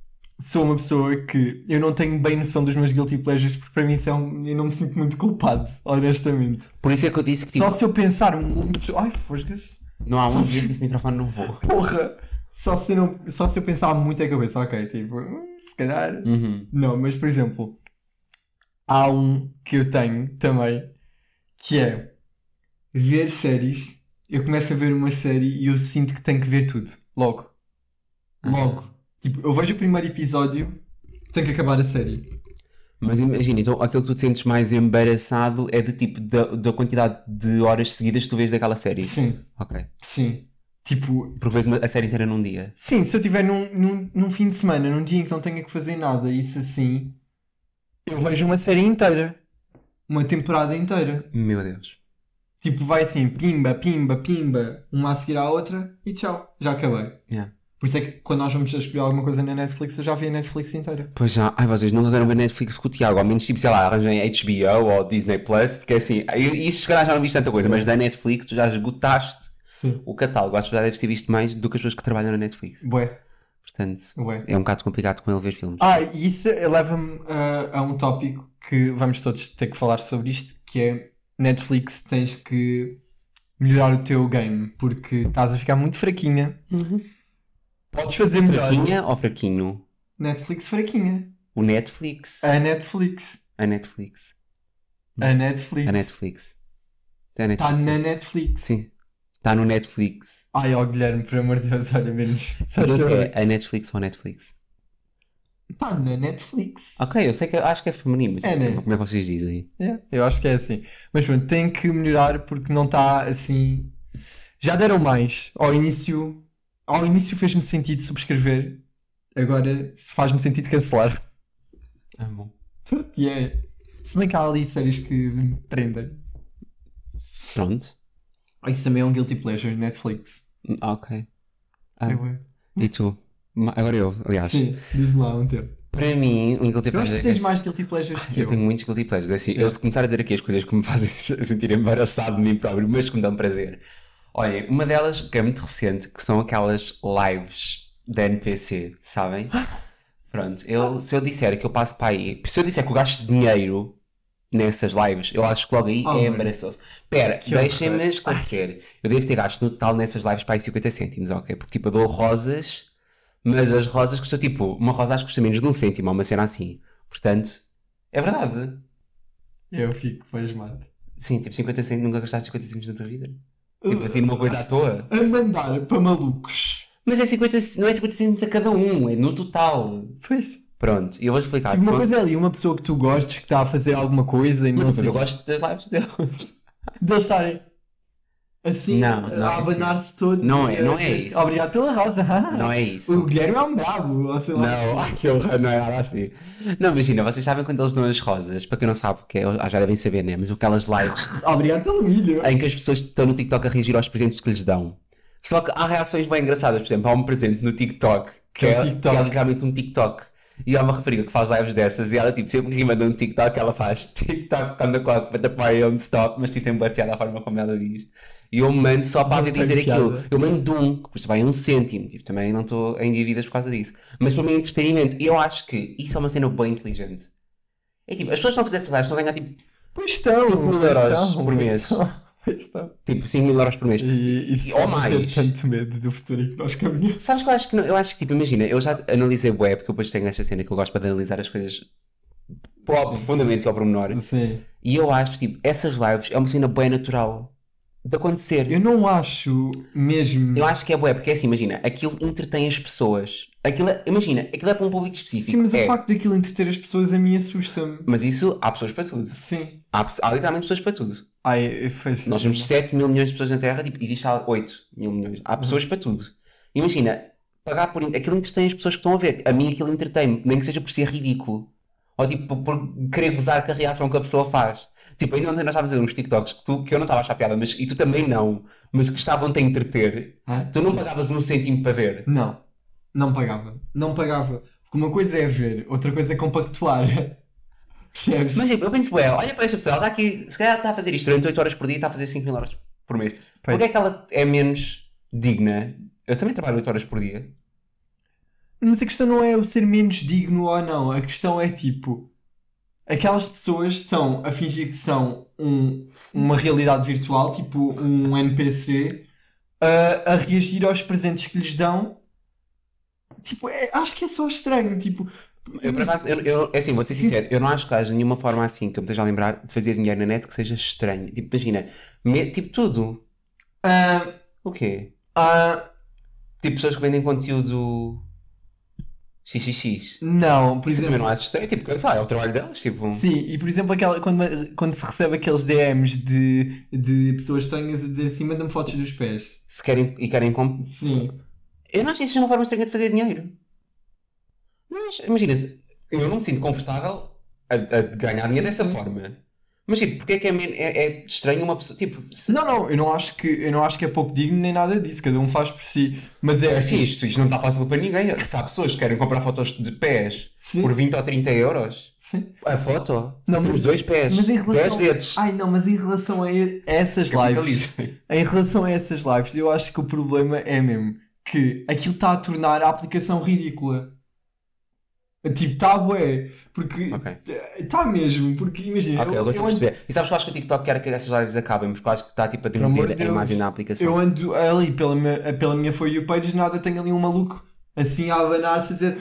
sou uma pessoa que eu não tenho bem noção dos meus guilty pleasures porque para mim são. Eu não me sinto muito culpado, honestamente. Por isso é que eu disse que tipo, Só se eu pensar muito. Ai, fosga-se. não há um dia que esse microfone não voa. Porra! Só se, eu não, só se eu pensar muito a cabeça, ok, tipo, hum, se calhar. Uhum. Não, mas por exemplo, há um que eu tenho também que é ver séries. Eu começo a ver uma série e eu sinto que tenho que ver tudo, logo. Logo. Tipo, eu vejo o primeiro episódio, tenho que acabar a série. Mas imagina, então aquilo que tu te sentes mais embaraçado é de tipo da, da quantidade de horas seguidas que tu vês daquela série. Sim, Ok. sim. Tipo, Porque vês uma- a série inteira num dia. Sim, se eu tiver num, num, num fim de semana, num dia em que não tenha que fazer nada, isso assim, eu vejo uma série inteira. Uma temporada inteira. Meu Deus. Tipo, vai assim, pimba, pimba, pimba, uma a seguir à outra e tchau, já acabei. Yeah. Por isso é que quando nós vamos a escolher alguma coisa na Netflix, eu já vi a Netflix inteira. Pois já, ai vocês nunca querem ver Netflix com o Tiago, ao menos tipo, sei lá, arranjem HBO ou Disney Plus, porque assim, isso se calhar já não viste tanta coisa, mas da Netflix tu já esgotaste Sim. o catálogo, acho que já deve ser visto mais do que as pessoas que trabalham na Netflix. Bué, Portanto, bué. É um bocado complicado com ele ver filmes. Ah, e isso leva-me ah, a um tópico que vamos todos ter que falar sobre isto, que é Netflix, tens que melhorar o teu game, porque estás a ficar muito fraquinha. Podes fazer melhor. Fraquinha ou fraquinho? Netflix fraquinha. O Netflix. A Netflix. A Netflix. A Netflix. Uhum. A Netflix. Tem a Está Netflix. Tá na Netflix. Sim. Está no Netflix. Ai, ó Guilherme, por amor de Deus, olha menos. Mas Faz favor. é a Netflix ou a Netflix? Está Tá na Netflix. Ok, eu sei que acho que é feminino, mas É, né? como é que vocês dizem? É, eu acho que é assim. Mas pronto, tem que melhorar porque não está assim. Já deram mais. Ao início, ao início fez-me sentido subscrever, agora faz-me sentido cancelar. É Amo. Pronto, e é. Se bem que há ali séries que me prendem. Pronto. Isso também é um guilty pleasure, Netflix. Hum, Ok. Ah. É bom. E tu? Ma- Agora eu, aliás. Sim, diz-me lá um teu. Para mim, um guilty Eu acho pleasure. que tens é- mais guilty pleasures que Eu eu. tenho muitos guilty pleasures. É assim, eu se começar a dizer aqui as coisas que me fazem se- sentir embaraçado de mim próprio, mas que me dão prazer. Olhem, uma delas que é muito recente, que são aquelas lives da NPC, sabem? Pronto, eu, se eu disser que eu passo para aí, se eu disser que eu gasto dinheiro nessas lives, eu acho que logo aí Oh, é meu. embaraçoso. Pera, Que deixem-me horror. esclarecer. Eu devo ter gasto no total nessas lives para aí 50 cêntimos, ok? Porque tipo, eu dou rosas, mas as rosas custam tipo, uma rosa acho que custa menos de um cêntimo, ou uma cena assim. Portanto, é verdade. Eu fico pasmado. Sim, tipo 50 cêntimos, nunca gastaste 50 cêntimos na tua vida? Tipo assim, numa coisa à toa? Uh, A mandar para malucos. Mas é 50, c- não é 50 cêntimos a cada um, é no total. Pois. Pronto, e eu vou explicar. tipo, Se uma eu- coisa é ali, uma pessoa que tu gostes que está a fazer alguma coisa e Mas não depois sei. eu gosto das lives deles. Deles estarem assim, Não, não é a assim. abanar-se todos. Não e é- a- não é isso. Obrigado pela rosa. Não é Ah, O isso. Guilherme é um brabo, ou sei lá. Não, aquilo não é nada assim. Não, imagina, vocês sabem quando eles dão as rosas, para quem não sabe, que é, ah, já devem saber, né? Mas aquelas lives Obrigado pelo milho. em que as pessoas estão no TikTok a reagir aos presentes que lhes dão. Só que há reações bem engraçadas, por exemplo, há um presente no TikTok que É um é, TikTok. que é literalmente um TikTok. E há uma rapariga que faz lives dessas e ela, tipo, sempre que lhe manda um TikTok, ela faz TikTok quando a clock, but the party don't stop, mas tipo, tem boa piada a forma como ela diz. E eu mando só para Não alguém tem dizer piada. aquilo. Eu mando um, que custa bem um cêntimo, tipo, também não estou em dívidas por causa disso. Mas para mim é entretenimento. E eu acho que isso é uma cena bem inteligente. É tipo, as pessoas que não fizessem lives estão a ganhar, tipo, Pois estão, Cinco mil pois euros estão, por pois mês. estão, Pois estão. tipo 5 mil euros por mês. E oh, isso Ou faz-me ter mais. tanto medo do futuro em que nós caminhamos. Sabes que eu acho que não, eu acho que tipo, imagina, eu já analisei bué, porque eu depois tenho esta cena que eu gosto para de analisar as coisas pro- Sim. profundamente ao pormenor. Sim. E eu acho tipo, essas lives é uma cena bué natural de acontecer. Eu, Eu não acho mesmo. acho que é bué, porque é assim, imagina, aquilo entretém as pessoas. Aquilo, é- imagina, aquilo é para um público específico. Sim, mas é. o facto daquilo entreter as pessoas a mim assusta-me. Mas isso há pessoas para tudo. Sim. Há, pe- há literalmente pessoas para tudo. Ai, foi assim. Nós temos 7 mil milhões de pessoas na Terra, tipo, existe 8 mil milhões. Há pessoas para tudo. Imagina, pagar por. in- Aquilo entretém as pessoas que estão a ver. A mim aquilo entretém-me, nem que seja por ser ridículo. Ou tipo, por- por querer gozar com a reação que a pessoa faz. Tipo, ainda ontem nós estávamos a ver uns TikToks que, tu, que eu não estava a achar piada, mas, e tu também não, mas que estavam-te a entreter. Hã? Tu não pagavas um cêntimo para ver. Não. Não pagava. Não pagava. Porque uma coisa é ver, outra coisa é compactuar. Percebes? Mas tipo, eu penso, ué, olha para esta pessoa, ela está aqui, se calhar está a fazer isto durante 8 horas por dia e está a fazer 5 mil horas por mês. Pois. Porquê é que ela é menos digna? Eu também trabalho 8 horas por dia. Mas a questão não é o ser menos digno ou não, a questão é tipo. Aquelas pessoas estão a fingir que são um- uma realidade virtual, tipo um NPC, a, a reagir aos presentes que lhes dão. Tipo, é- acho que é só estranho. Tipo, Eu, por acaso, eu, eu, é assim, vou-te ser sincero, eu não acho que haja nenhuma forma assim que eu me esteja a lembrar de fazer dinheiro na net que seja estranho. Tipo, imagina, me- tipo tudo. ah, O quê? ah, Tipo, pessoas que vendem conteúdo XXX. não, por Isso eu exemplo. também não acho estranho, tipo, sei lá, é o trabalho delas, tipo. Sim, e por exemplo, aquela, quando, quando se recebe aqueles DMs de, de pessoas estranhas a dizer assim: manda-me fotos dos pés. Se querem e querem comp... Sim. Eu não acho que isso seja uma forma estranha de fazer dinheiro. Mas, imagina, se- eu não me sinto confortável a, a ganhar dinheiro Sim, dessa sim. forma. Mas, tipo, porque é que é, men- é- é estranho uma pessoa, tipo, se... Não, não, eu não acho que eu não acho que é pouco digno nem nada disso, cada um faz por si. Mas é É assim, isto, isto não está fácil para ninguém. Se há pessoas que querem comprar fotos de pés Sim, por 20 ou 30 euros, sim. a foto Não, tem mas- os dois pés, mas em relação- 10 dedos. Ah, Ai não, mas em relação a, e- a essas lives, Capitalismo. em relação a essas lives, eu acho que o problema é mesmo que aquilo está a tornar a aplicação ridícula. Tipo, está bué, porque Ok, está mesmo, porque imagina, ok, eu eu, consigo eu, ando, perceber. E sabes que eu acho que o TikTok quer que essas lives acabem, porque eu acho que está tipo a Pelo amor diminuir de a Deus. imagem da aplicação. eu ando ali pela minha, pela minha For You page, nada, tenho ali um maluco assim a abanar-se a dizer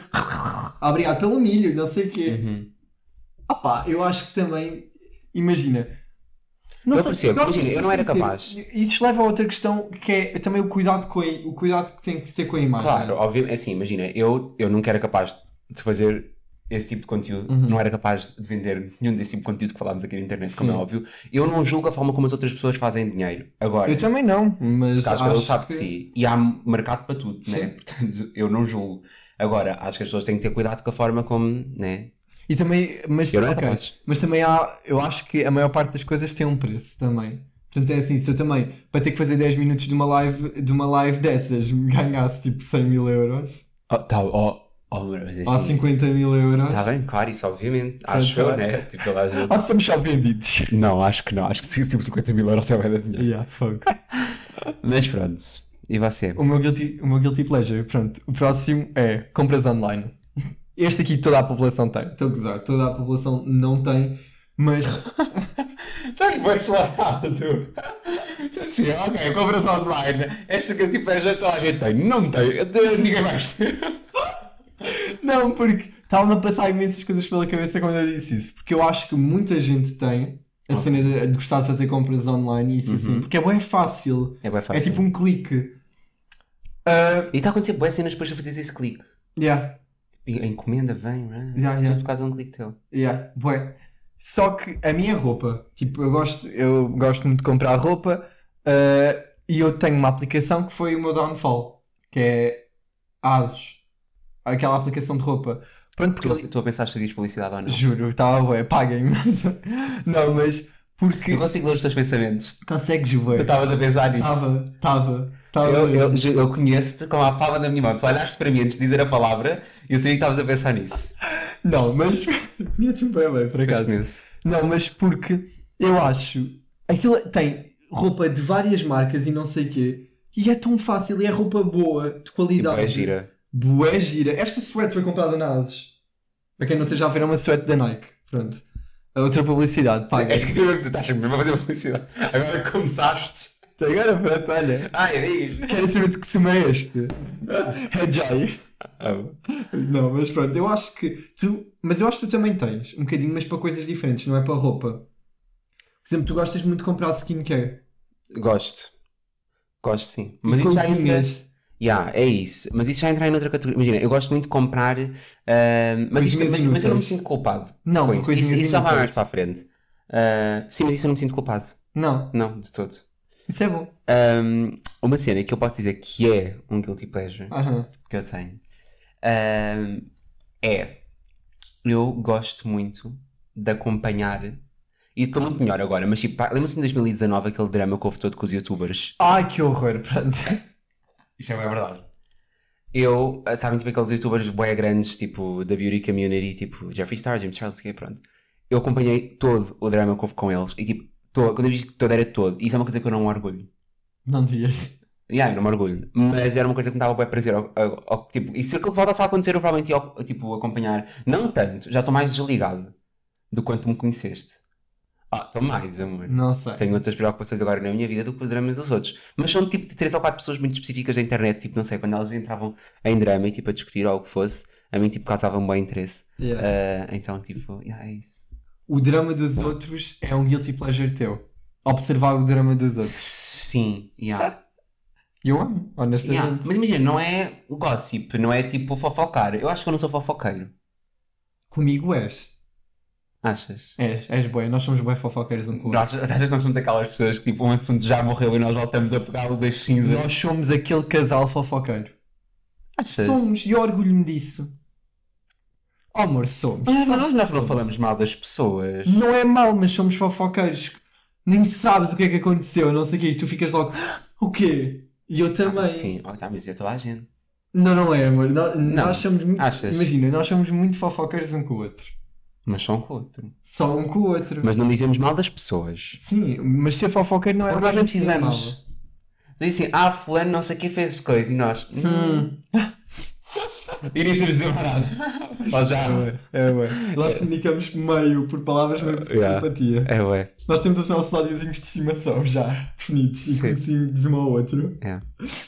obrigado pelo milho, não sei o quê. Uhum. Ah pá, eu acho que também. Imagina. Eu sei- percebo, acho imagina, que eu não era tem que ter- capaz. Isso leva a outra questão que é também o cuidado, com a, o cuidado que tem que se ter com a imagem. Claro, obviamente, assim, imagina, eu, eu nunca era capaz de fazer esse tipo de conteúdo, Uhum. não era capaz de vender nenhum desse tipo de conteúdo que falámos aqui na internet, como é Sim. óbvio. Eu não julgo a forma como as outras pessoas fazem dinheiro. Agora, Eu também não, mas. Porque acho que cada um acho sabe de que- si. E há mercado para tudo, né? Sim. Portanto, eu não julgo. Agora, acho que as pessoas têm que ter cuidado com a forma como, né? E também. Mas, Eu não era ok, capaz. mas também há. Eu acho que a maior parte das coisas tem um preço também. Portanto, é assim, se eu também, para ter que fazer 10 minutos de uma live, de uma live dessas, ganhasse tipo 100 mil euros Oh, tá, oh, oh, mas ou assim, 50 mil euros. Está bem, claro, isso obviamente. Acho Portanto, eu, né? Tipo, toda a gente- Ou somos só vendidos. Não, acho que não. Acho que tipo 50 mil euros é bué de dinheiro. Yeah, fuck. Mas pronto. E você? O meu, guilty, o meu guilty pleasure, pronto. O próximo é compras online. Este aqui toda a população tem. Estou a gozar, toda a população não tem, mas. Estás bem acelerado. Assim, ok, compras online. Esta que tipo é já toda a gente tem. Não tem. Ninguém mais tem. não, porque estava-me a passar imensas coisas pela cabeça quando eu disse isso. Porque eu acho que muita gente tem A Ok. cena de, de gostar de fazer compras online e isso assim. Uhum. Porque é bem fácil. É bem É fácil. tipo um clique. Ah, E está a acontecer boas cenas depois de fazer esse clique. yeah, E A encomenda vem, né? Yeah, yeah. Tudo por causa de um clique teu. yeah, bué. Só que a minha roupa, tipo, eu gosto, eu gosto muito de comprar roupa ah, e eu tenho uma aplicação que foi o meu downfall, que é Asos. Aquela aplicação de roupa. Pronto, porque ali- Tu, tu a pensar se fazias publicidade ou não. Juro, estava bué, paguem-me. Não, mas porque Eu consigo ler os teus pensamentos. consegues bué. Tu estavas a pensar nisso. Estava, estava, estava. Eu, mesmo. eu, eu conheço-te com a palma da minha mão. Tu olhaste para mim antes de dizer a palavra e eu sabia que estavas a pensar nisso. Não, mas. Conheces-me bem, bem, por acaso. Conheço. Não, mas porque eu acho. Aquilo tem roupa de várias marcas e não sei o quê. E é tão fácil, e é roupa boa, de E qualidade. boa Tipo, é gira. Bué gira. Esta suéte foi comprada na Asus. Para quem não seja a ver, é uma suéte da Nike. Pronto. A outra publicidade. Paga. És que eu é estás mesmo a fazer publicidade. Agora que começaste. Agora, pronto, olha. Ai, é diz. Quero saber de que cima é este. É Jai. Ah. Não, mas pronto, eu acho que tu, mas eu acho que tu também tens um bocadinho, mas para coisas diferentes, não é para roupa. Por exemplo, tu gostas muito de comprar skincare. Gosto. Gosto sim. Mas isso já entra. Colvinhas, Yeah, é isso. Mas isso já entra em outra categoria. Imagina, eu gosto muito de comprar. ah, mas, isto- Coisinhas mas- mas eu não me inúteis. sinto culpado. Não, com uma isso. coisinha Isso- isso é já vai inútil. mais para a frente. Ah, sim, mas isso eu não me sinto culpado. Não, Não, de todo. isso é bom. Ahm, uma cena que eu posso dizer que é um guilty pleasure Aham. que eu tenho ahm, é eu gosto muito de acompanhar e estou muito melhor agora, mas tipo, pá, lembra-se em 2019 aquele drama que houve todo com os youtubers? Ai, que horror, pronto. Isso é verdade. Eu, ah, sabem, tipo aqueles youtubers bué grandes, tipo da beauty community, tipo Jeffree Star, James Charles, sei o quê, pronto. Eu acompanhei todo o drama que houve com eles e tipo, todo, quando eu digo todo era todo, e isso é uma coisa que eu não me orgulho. Não devias. Yeah, eu não me orgulho. Mas era uma coisa que me dava bem prazer. ao- ao- ao- tipo, e se aquilo voltasse a acontecer, eu provavelmente ia ao- tipo, acompanhar. Não tanto, já estou mais desligado do quanto me conheceste. Ah, estou mais, amor. Não sei. Tenho outras preocupações agora na minha vida do que os dramas dos outros. Mas são tipo de três ou quatro pessoas muito específicas da internet. Tipo, não sei, quando elas entravam em drama e tipo a discutir ou o que fosse, a mim tipo causava um bom interesse. Yeah. Ah, então, tipo, yeah, é isso. O drama dos outros é um guilty pleasure teu. Observar o drama dos outros. Sim, yeah. Eu amo, Yeah, honestamente. Mas imagina, não é gossip, não é tipo fofocar. Eu acho que eu não sou fofoqueiro. Comigo és. Achas? És, és boi. Nós somos boi fofoqueiros um com o outro. Nós, achas que nós somos aquelas pessoas que tipo, um assunto já morreu e nós voltamos a pegá-lo das cinzas? Nós somos aquele casal fofoqueiro. Achas? Somos, e eu orgulho-me disso. Oh, amor, somos. Mas Sabes nós que nós não somos. falamos mal das pessoas. Não é mal, mas somos fofoqueiros. Nem sabes o que é que aconteceu, não sei o quê, e tu ficas logo, "Ah, o quê? E eu também. Ah, sim, oh, tá, mas é toda a gente. Não, não é, amor. Nó- Nós somos muito. Achas? Imagina, nós somos muito fofoqueiros um com o outro. Mas só um com o outro. Só um com o outro. Mas não dizemos mal das pessoas. Sim, mas ser fofoqueiro não é Porque nós mesmo não que ser precisamos. Dizem assim, ah, fulano não sei quem fez coisa e nós. mau. Hum. E nem sabemos dizer mais nada. Nós já. É, ué, é, ué. Nós comunicamos meio por palavras, meio por Yeah. telepatia. É, ué. Nós temos os nossos ódiozinhos de estimação já definidos e Sim. conhecemos um ao outro. É.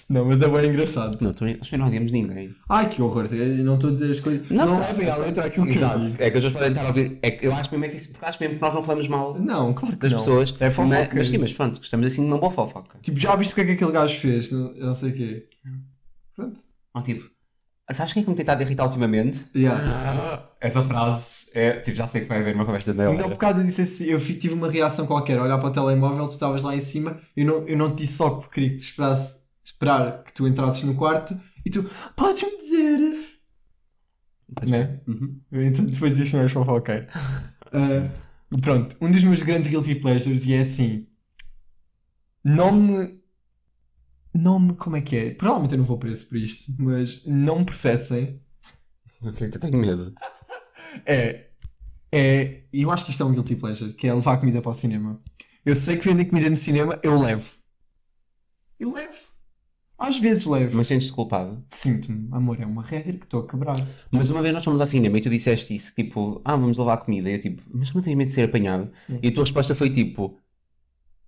Não, mas é bem engraçado. Não, também- nós também não odiamos ninguém. Ai que horror, eu não estou a dizer as coisas. Não, Não, sabe? levem à letra aquilo que eu Exato. É digo. que as pessoas podem estar a ouvir. É que eu acho mesmo, é que isso, porque acho mesmo que nós não falamos mal Não, claro que das não. pessoas. É fofoca, Mas, mas sim, isso. mas pronto, gostamos assim de uma boa fofoca. Tipo, já viste o que é que aquele gajo fez? Não, eu não sei o quê. Pronto. Ou tipo, sabes quem é que me tem estado a irritar ultimamente? Yeah. Essa frase é. Tipo, já sei que vai haver uma conversa da Ah. Ainda há bocado eu disse assim, eu fi- tive uma reação qualquer, olhar para o telemóvel, tu estavas lá em cima, eu não, eu não te disse só porque queria que te esperasse, esperar que tu entrasses no quarto e tu, podes-me dizer. Né? Uhum. Então depois disto não és fofoqueiro. Uh, pronto, um dos meus grandes guilty pleasures e é assim. Não me. Não me. Como é que é? Provavelmente eu não vou preso por isto, mas não me processem. Ok, eu tenho medo. É. É. e Eu acho que isto é um guilty pleasure, que é levar comida para o cinema. Eu sei que vendem comida no cinema, eu levo. Eu levo. Às vezes levo. Mas sentes-te culpado. Sinto-me, amor, é uma regra que estou a quebrar. Mas uma vez nós fomos ao cinema e tu disseste isso, tipo, ah, vamos levar comida. E eu tipo, mas não tenho medo de ser apanhado. Hum. E a tua resposta foi tipo,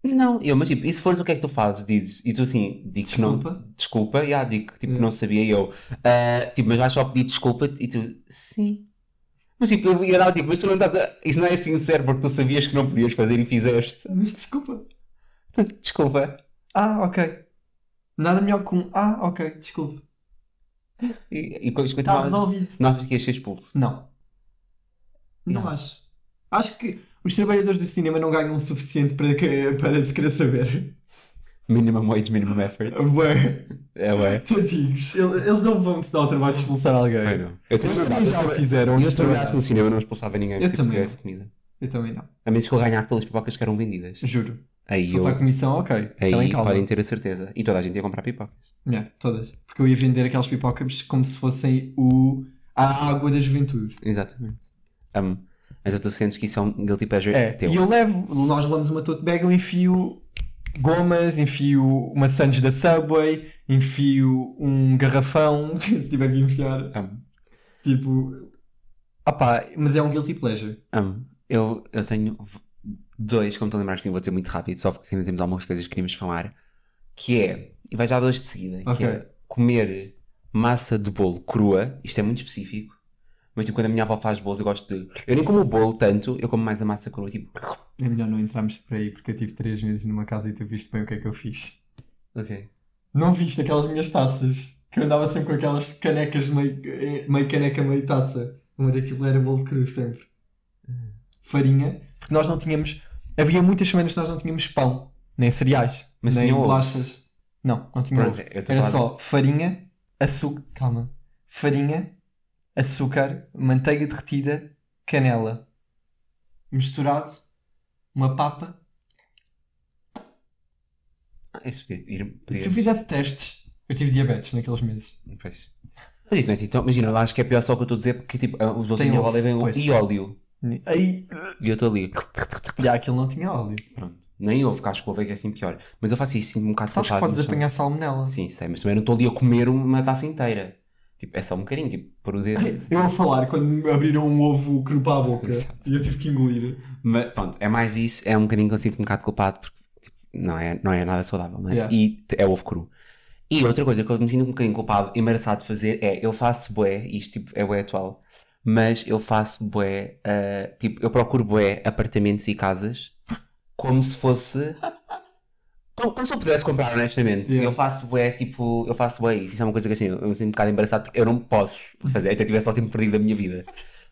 não. Eu, mas tipo, e se fores, o que é que tu fazes? Dizes. E tu assim, digo que não. Desculpa. desculpa, e ah, digo que tipo, Yeah. não sabia e eu, ah, tipo, mas vais só pedir desculpa e tu, sim. Mas tipo, eu ia dar tipo, mas tu não estás a... Isso não é sincero porque tu sabias que não podias fazer e fizeste. Mas desculpa. Desculpa. Ah, ok. Nada melhor que um. Ah, ok, desculpa. E, e quando Está escutavas, resolvido. não achas que ias ser expulso? Não. não. Não. acho. Acho que os trabalhadores do cinema não ganham o suficiente para, que, para se querer saber. Minimum wage, minimum effort. Ué, É, ué. tadinhos. ele- Eles não vão se dar o trabalho de expulsar alguém. Eu não. Eu Eles também também já o fizeram. Eu antes se de trabalhar. trabalhasse no cinema não expulsava ninguém tipo, Eu se também. tivesse comida. Eu também não. A menos que eu ganhasse pelas pipocas que eram vendidas. Juro. Aí Se fosse eu... à comissão, ok. Aí Também calma. podem ter a certeza. E toda a gente ia comprar pipocas. Yeah, todas. Porque eu ia vender aquelas pipocas como se fossem o... a água da juventude. Exatamente. Amo. Então tu sentes que isso é um guilty pleasure É, teu. e eu levo, nós levamos uma tote bag, eu enfio gomas, enfio uma Sandes da Subway, enfio um garrafão, se tiver que enfiar. Amo. Tipo, ah pá, mas é um guilty pleasure. Amo. Eu, eu tenho v- dois, como estão a lembrar, sim, vou dizer muito rápido, só porque ainda temos algumas coisas que queríamos falar. Que é, e vai já dois de seguida, que Ok. é comer massa de bolo crua. Isto é muito específico. Mas tipo, quando a minha avó faz bolos, eu gosto de. Eu nem como o bolo tanto, eu como mais a massa crua, tipo. É melhor não entrarmos por aí, porque eu tive três meses numa casa e tu viste bem o que é que eu fiz. Ok. Não viste aquelas minhas taças, que eu andava sempre com aquelas canecas, meio, eh, meio caneca, meio taça. Não era aquilo, era bolo cru sempre. Farinha, porque nós não tínhamos... Havia muitas semanas que nós não tínhamos pão, nem cereais, Mas nem tinha ovo. bolachas. Não, não tinha Pronto, é ovo. eu estou a Era falar. só farinha, açúcar... Calma. Farinha, açúcar, manteiga derretida, canela. Misturado, uma papa. Ah, isso podia ir. Se Podia... eu fizesse testes, eu tive diabetes naqueles meses. Pois. Mas isso não é assim tão. Imagina, eu acho que é pior só o que eu estou a dizer, porque tipo, ah, os doces Tem de minha ovo, avó levem pois. e óleo. Aí, E eu estou ali. já aquilo não tinha óleo. Pronto. Nem houve, acho que houve é que é assim pior. Mas eu faço isso sim, um bocado Sabes que focado podes no chão. apanhar salmonela. Sim, sei, mas também não estou ali a comer uma taça inteira. Tipo, é só um bocadinho, tipo, por o dedo. Eu a falar quando me abriram um ovo cru para a boca Exato. e eu tive que engolir. Mas pronto, é mais isso, é um bocadinho que eu sinto-me um bocado culpado porque tipo, não, é, não é nada saudável, não é? Yeah. E t- é ovo cru. E outra coisa que eu me sinto um bocadinho culpado, embaraçado de fazer é eu faço bué, e isto tipo, é bué atual, mas eu faço bué, ah, tipo, eu procuro bué apartamentos e casas como se fosse. Como, como se eu pudesse comprar, honestamente. Yeah. Eu faço bué, tipo, eu faço bué isso. Isso é uma coisa que assim, eu me sinto um bocado embaraçado porque eu não posso fazer, até tivesse só tempo perdido da minha vida.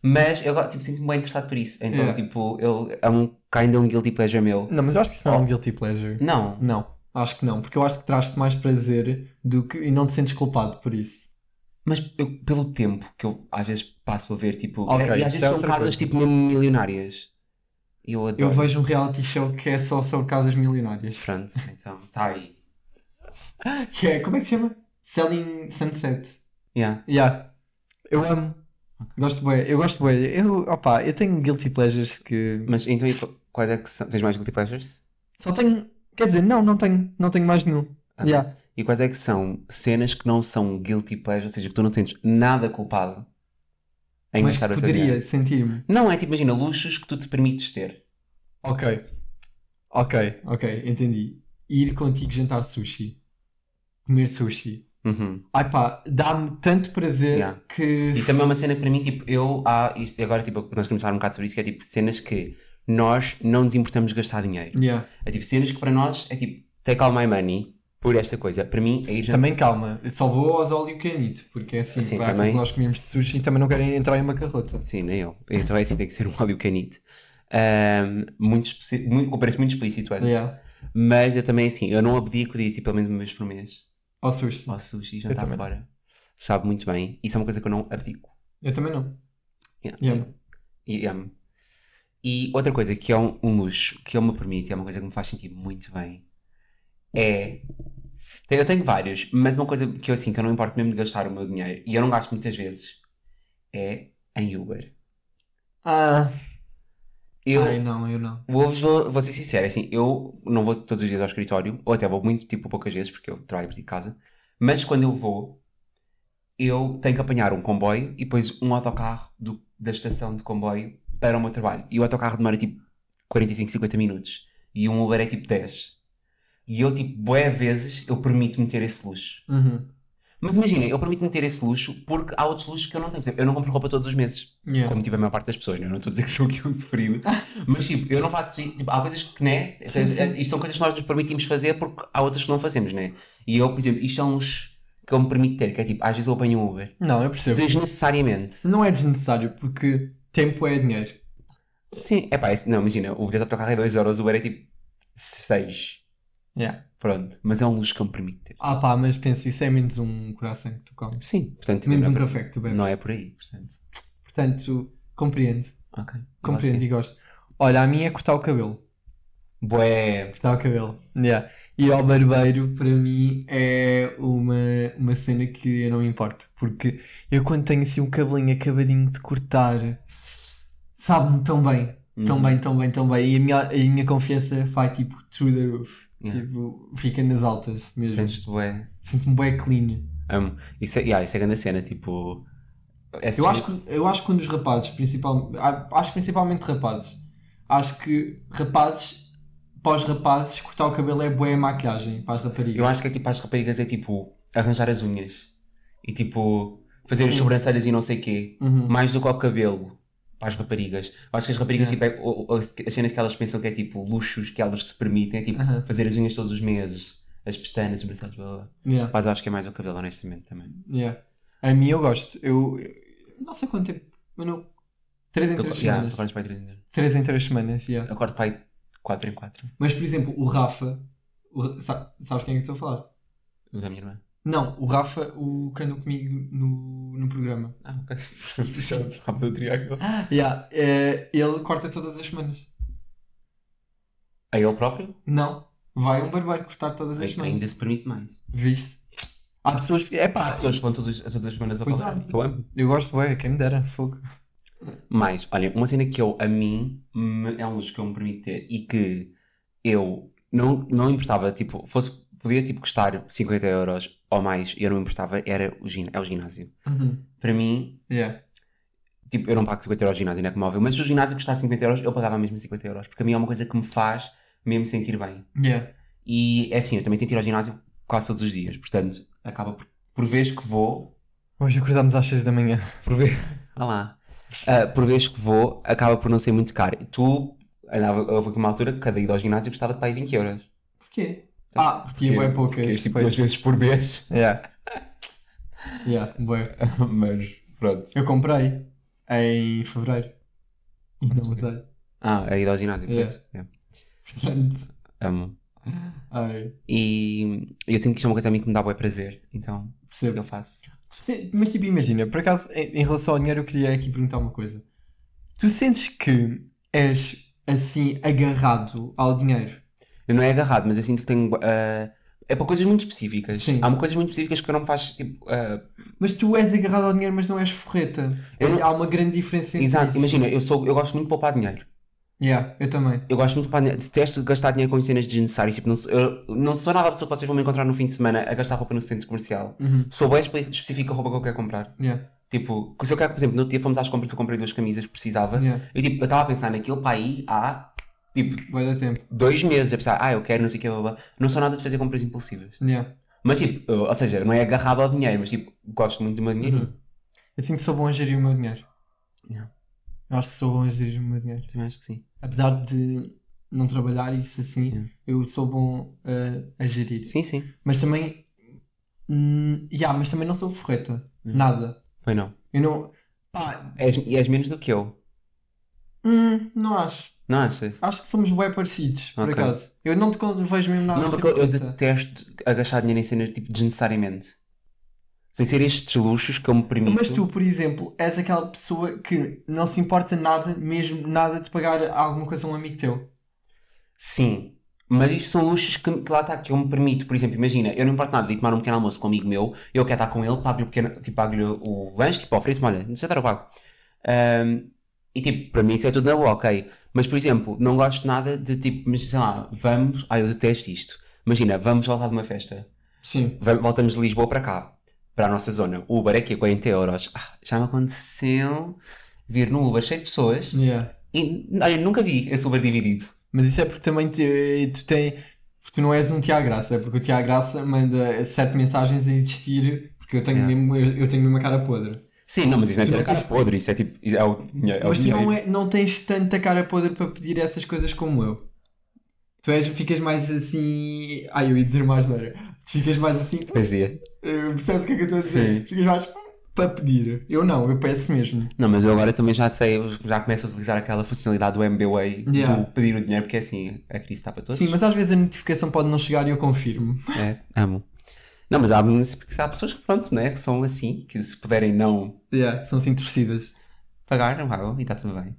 Mas eu tipo, sinto-me bem interessado por isso. Então, Yeah. tipo, eu, é um kind of um guilty pleasure meu. Não, mas eu acho que isso não é um guilty pleasure. Não. Não, acho que não, porque eu acho que traz-te mais prazer do que e não te sentes culpado por isso. Mas eu- pelo tempo que eu às vezes passo a ver, tipo. Ok, e às isso vezes é são outra casas coisa. tipo mesmo milionárias. E eu adoro. Eu vejo um reality show que é só sobre casas milionárias. Pronto, então, tá aí. Que é, como é que se chama? Selling Sunset. Yeah. Yeah. Eu amo. Gosto bem, eu gosto bem. Eu, opa, eu tenho guilty pleasures que. Mas então, e qu- quais é que são? Tens mais guilty pleasures? Só tenho. Quer dizer, não, não tenho. Não tenho mais nenhum. Ah, Yeah. E quais é que são cenas que não são guilty pleasure, ou seja, que tu não te sentes nada culpado em Mas gastar o teu poderia dinheiro? sentir-me. Não, é tipo, imagina, luxos que tu te permites ter. Ok. Ok, ok, entendi. Ir contigo jantar sushi. Comer sushi. Uhum. Ai pá, dá-me tanto prazer Yeah. que. Isso é mesmo uma cena que para mim, tipo, eu há. isto- agora, tipo, nós queremos falar um bocado sobre isso, que é tipo cenas que nós não nos importamos gastar dinheiro. Yeah. É tipo cenas que para nós é tipo, take all my money por esta coisa. Para mim é ir jantar. Também calma, eu só vou aos óleo canito, porque é assim, Sim, pá, aquilo também. que nós comemos de sushi e também não querem entrar em uma carrota. Sim, nem eu. Então é assim, tem que ser um óleo canite. Ahm, muito específico, muito, parece muito explícito, é? Yeah. Mas eu também, assim, eu não abdico de ir, tipo, pelo menos uma vez por mês Ao sushi. ao sushi e jantar também. fora. Sabe muito bem. Isso é uma coisa que eu não abdico. Eu também não. Yeah. Yeah. E amo. E outra coisa que é um, um luxo, que eu me permito, e é uma coisa que me faz sentir muito bem, é. Tem- Eu tenho vários, mas uma coisa que eu assim, que eu não importo mesmo de gastar o meu dinheiro, e eu não gasto muitas vezes, é em Uber. Ah, Eu, Ai, não, eu não. Vou-vos- Vou, vou ser sincero, assim, eu não vou todos os dias ao escritório, ou até vou muito, tipo, poucas vezes, porque eu trabalho de casa, mas quando eu vou, eu tenho que apanhar um comboio e depois um autocarro do- da estação de comboio para o meu trabalho. E o autocarro demora, tipo, 45, 50 minutos. E um Uber é, tipo, 10. E eu, tipo, bué vezes, eu permito-me ter esse luxo. Uhum. Mas imaginem, eu permito-me ter esse luxo porque há outros luxos que eu não tenho. Por exemplo, eu não compro roupa todos os meses, Yeah. como tipo a maior parte das pessoas, né? eu não estou a dizer que sou o que eu sofri, mas tipo, eu não faço isso. Tipo, há coisas que, né? Sim, sim. Isto são coisas que nós nos permitimos fazer porque há outras que não fazemos, né? E eu, por exemplo, isto são os que eu me permito ter, que é tipo, às vezes eu apanho um Uber. Não, eu percebo. Desnecessariamente. Não é desnecessário porque tempo é dinheiro. Sim, é pá, esse- não, imagina, o bilhete de autocarro é 2 euros, o Uber é tipo 6. Yeah. Pronto, mas é um luxo que eu me permito ter. Ah pá, mas pensa, isso é menos um coração que tu comes. Sim, portanto, também Menos não, um é café que tu por, bebes. não é por aí, portanto. Portanto, compreendo. Ok. Compreendo e gosto. Olha, a minha é cortar o cabelo. Boé. Cortar o cabelo. Yeah. Ir ao barbeiro, para mim, é uma, uma cena que eu não me importo. Porque eu, quando tenho assim um cabelinho acabadinho de cortar, sabe-me tão bem. Tão bem, tão bem, tão bem. E a minha, a minha confiança vai tipo through the roof. Yeah. Tipo, fica nas altas mesmo. Sentes-te bué. Sinto-me bem clean. Amo. Isso é, yeah, isso é grande cena, tipo. Eu acho, É que, eu acho que quando os rapazes, principal, a- acho principalmente rapazes, acho que rapazes, para os rapazes, cortar o cabelo é boa maquilhagem para as raparigas. Eu acho que é tipo, as raparigas é tipo arranjar as unhas e tipo fazer as Sim. sobrancelhas e não sei quê. Uhum. Mais do que ao cabelo. Para as raparigas. Eu acho que as raparigas, É. tipo, é- o- o- as as cenas que elas pensam que é tipo luxos que elas se permitem, é tipo Aham. fazer as unhas todos os meses, as pestanas, os braçados, blá blá blá. Yeah, Rapaz, eu acho que é mais o cabelo, honestamente, também. yeah. A mim eu gosto. Eu, eu não sei quanto tempo, mas não. 3 em Tu, yeah, tu 3 semanas. acordas para aí três em três. 3 em 3 semanas, yeah. Acordo para aí 4 em 4. Mas por exemplo, o Rafa, o Ra- sa- sabes quem é que estou a falar? Da minha irmã. Não, o Rafa, o que andou comigo no, no programa. Ah, ok. Fechado de rápido o triângulo. Yeah, eh, ele corta todas as semanas. A ele próprio? Não. Vai um barbeiro cortar todas as Ai- semanas. Ainda se permite mais. Viste? Há pessoas. É Há pá, pessoas que vão todas, todas as semanas a Pois falar. é. Eu amo. eu gosto bem, quem me dera, fogo. Mas, olha, uma cena que eu, a mim, me- é um luxo que eu me permito ter e que eu não, não importava, tipo, fosse, podia tipo custar 50 euros ou mais e eu não me importava, era o, gin, é o ginásio. Uhum. Para mim, Yeah. tipo, eu não pago 50 euros de ginásio, não é como óbvio, mas se o ginásio custar 50 euros, eu pagava mesmo 50 euros, porque a mim é uma coisa que me faz mesmo sentir bem. Yeah. E é assim, eu também tento ir ao ginásio quase todos os dias, portanto, acaba por, por vez que vou, Hoje acordámos às 6 da manhã. por vez, ah lá, Ah, por vez que vou, acaba por não ser muito caro. Tu, andava, houve aqui uma altura que cada ida ao ginásio custava de pai 20 euros. Porquê? Ah, porque é bué poucas, porque, tipo, pois. duas vezes por mês, Yeah. yeah, bué. mas pronto. Eu comprei em fevereiro. E não usei. Ah, a ida ao ginásio, Yeah. pois. Yeah. Portanto. Amo. Ai, E eu sinto que isto é uma coisa a mim que me dá bom prazer, então eu percebo. faço. Tu se- Mas tipo, imagina, por acaso, em em relação ao dinheiro, eu queria aqui perguntar uma coisa. Tu sentes que és assim agarrado ao dinheiro? Eu não é agarrado, mas eu sinto que tenho. ah, é para coisas muito específicas. Sim. Há coisas muito específicas que eu não me faz tipo. ah, Mas tu és agarrado ao dinheiro, mas não és forreta. Eu não- Há uma grande diferença entre Exato, isso. imagina, eu, sou, eu gosto muito de poupar dinheiro. Yeah, eu também. Eu gosto muito de poupar dinheiro. Detesto gastar dinheiro com cenas desnecessárias. Tipo, não, sou- eu não sou nada a pessoa que vocês vão me encontrar no fim de semana a gastar roupa no centro comercial. Uhum. Sou bem espe- específica a roupa que eu quero comprar. Yeah, Tipo, se eu quero, por exemplo, no outro dia fomos às compras, eu comprei duas camisas que precisava. yeah. Eu tipo, eu estava a pensar naquilo para aí há tipo Vai dar tempo. dois meses a pensar, ah, eu quero, não sei o que, blá, blá. blá. Não sou nada de fazer compras impulsivas. Yeah. Mas tipo, eu- ou seja, não é agarrado ao dinheiro, mas tipo, gosto muito do meu dinheiro. Uhum. Assim que sou bom a gerir o meu dinheiro. Yeah. Eu Acho que sou bom a gerir o meu dinheiro. Também acho que sim. Apesar de não trabalhar isso assim, Yeah. eu sou bom uh, a gerir. Sim, sim. Mas também. Hum, yeah, mas também não sou forreta. Uhum. Nada. Pois não. Eu não. Pá, És, e és menos do que eu. hum, não acho. Não achas? Acho que somos bem parecidos, por Ok. acaso. Eu não te con- vejo mesmo nada Não, a ser porque eu, eu forreta. detesto agachar dinheiro em cenas tipo desnecessariamente. Sem ser estes luxos que eu me permito. Mas tu, por exemplo, és aquela pessoa que não se importa nada, mesmo nada, de pagar alguma coisa a um amigo teu. Sim. Mas isto são luxos que, que lá está, que eu me permito. Por exemplo, imagina, eu não importo nada de ir tomar um pequeno almoço com um amigo meu, eu quero estar com ele, pago-lhe o pequeno- tipo, pago-lhe o lanche, tipo, ofereço-me, olha, não sei dar o pago. Ahm, e tipo, para mim isso é tudo na boa, ok. Mas, por exemplo, não gosto nada de tipo, mas sei lá, vamos, ai eu detesto isto. Imagina, vamos voltar de uma festa. Sim. Vam- voltamos de Lisboa para cá, para a nossa zona. O Uber aqui é 40 euros. Ah, já me aconteceu vir num Uber cheio de pessoas e olha, nunca vi esse Uber dividido. Mas isso é porque também te- tu é tem. Tu não és um Tiago Graça, porque o Tiago Graça manda sete mensagens a existir Porque eu tenho, Yeah. mesmo, eu, eu tenho mesmo a cara podre. Sim, não, mas isso não é Tu ter não a cara tens- podre, isso é tipo. isso É o, dinhe- é o Mas tu dinheiro. não, é- não tens tanta cara podre para pedir essas coisas como eu. Tu és, ficas mais assim. Ai, eu ia dizer mais neira. Tu ficas mais assim. Pois é. eh, Percebes o que é que eu estou a dizer? Sim. Ficas mais "Hum, para pedir. Eu não, eu peço mesmo. Não, mas eu agora também já sei, eu já começo a utilizar aquela funcionalidade do MBWay Yeah. do pedir o dinheiro, porque é assim, a crise está para todos. Sim, mas às vezes a notificação pode não chegar e eu confirmo. É, amo. Não, mas há, porque há pessoas que, pronto, né, que são assim, que se puderem não Yeah, são assim torcidas. pagar, não pagam e está tudo bem.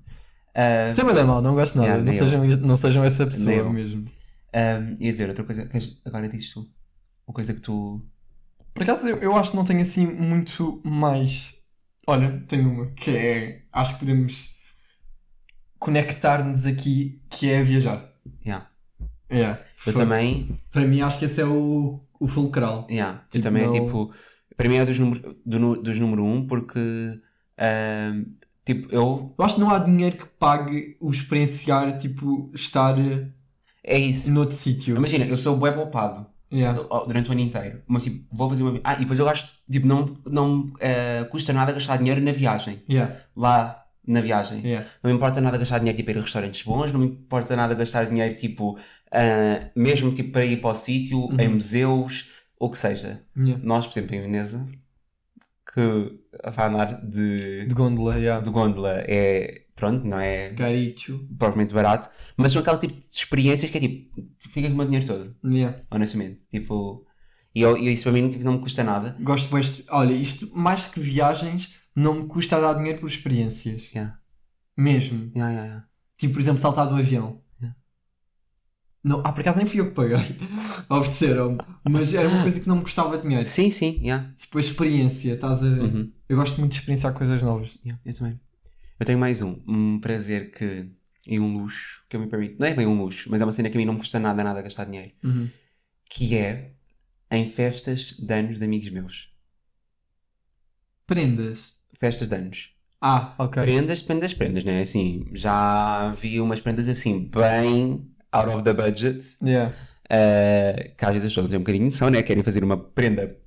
Ah, Sem mandar é mal, não gosto nada. Yeah, não, nem eu. sejam, não sejam essa pessoa Nem eu. mesmo. ah, ia dizer outra coisa, queres- agora dizes tu. Uma coisa que tu. Por acaso eu, eu acho que não tenho assim muito mais. Olha, tenho uma que é. Acho que podemos conectar-nos aqui, que é viajar. Yeah. É. Eu Foi. também Para mim acho que esse é o, o fulcral. Yeah, eu Tipo, também não- é tipo. Para mim é dos números, do nu- dos número um, porque. ahm, tipo, eu. Eu acho que não há dinheiro que pague o experienciar, tipo, estar eh, É isso. noutro sítio. Imagina, eu sou bué poupado Yeah. do- durante o ano inteiro. Mas tipo, vou fazer uma. vi- Ah, e depois eu gasto. Tipo, não, não ah, custa nada gastar dinheiro na viagem. Yeah. Lá na viagem. Yeah. Não me importa nada gastar dinheiro tipo, para ir a restaurantes bons, não me importa nada gastar dinheiro tipo. ah, mesmo tipo para ir para o sítio, em Uhum. museus, ou o que seja. Yeah. Nós, por exemplo, em Veneza, que vai andar de. De gondola, yeah. de gôndola é, pronto, não é Caricho. propriamente barato, mas são aquele tipo de experiências que é tipo, fica com o meu dinheiro todo, Yeah. honestamente. Tipo, e eu, e isso para mim tipo, não me custa nada. Gosto bem. Olha, isto mais que viagens, não me custa dar dinheiro por experiências. Yeah. Mesmo. Yeah, yeah, yeah. Tipo, por exemplo, saltar do avião. Yeah. Não, ah, por acaso nem fui eu que paguei. Ofereceram-me. Mas era uma coisa que não me custava dinheiro. Sim, sim, yeah. Tipo, a experiência, estás a ver? Uhum. Eu gosto muito de experienciar coisas novas. Yeah, eu também. Eu tenho mais um, um prazer que e um luxo que eu me permito. Não é bem um luxo, mas é uma cena que a mim não me custa nada, nada gastar dinheiro. Que é em festas de anos de amigos meus. Prendas. Festas de anos. Ah, ok. Prendas, prendas, prendas, né? Assim, já vi umas prendas assim, bem out of the budget, Yeah. eh, que às vezes as pessoas têm um bocadinho de noção, né? Querem fazer uma prenda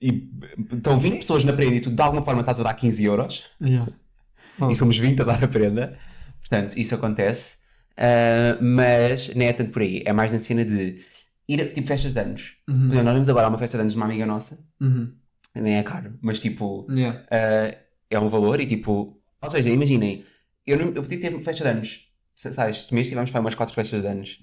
e estão 20 Sim. pessoas na prenda e tu de alguma forma estás a dar 15 euros Yeah. Fogo. e somos 20 a dar a prenda, portanto, isso acontece, eh, mas não é tanto por aí, é mais na cena de ir a tipo festas de anos. Por exemplo, Uhum. nós vamos agora a uma festa de anos de uma amiga nossa, Uhum. nem é caro, mas tipo, Yeah. Uh, é um valor e tipo, ou seja, imaginem, eu, não, eu podia ter festa de anos, Sa- sabes, este mês tivemos para umas 4 festas de anos.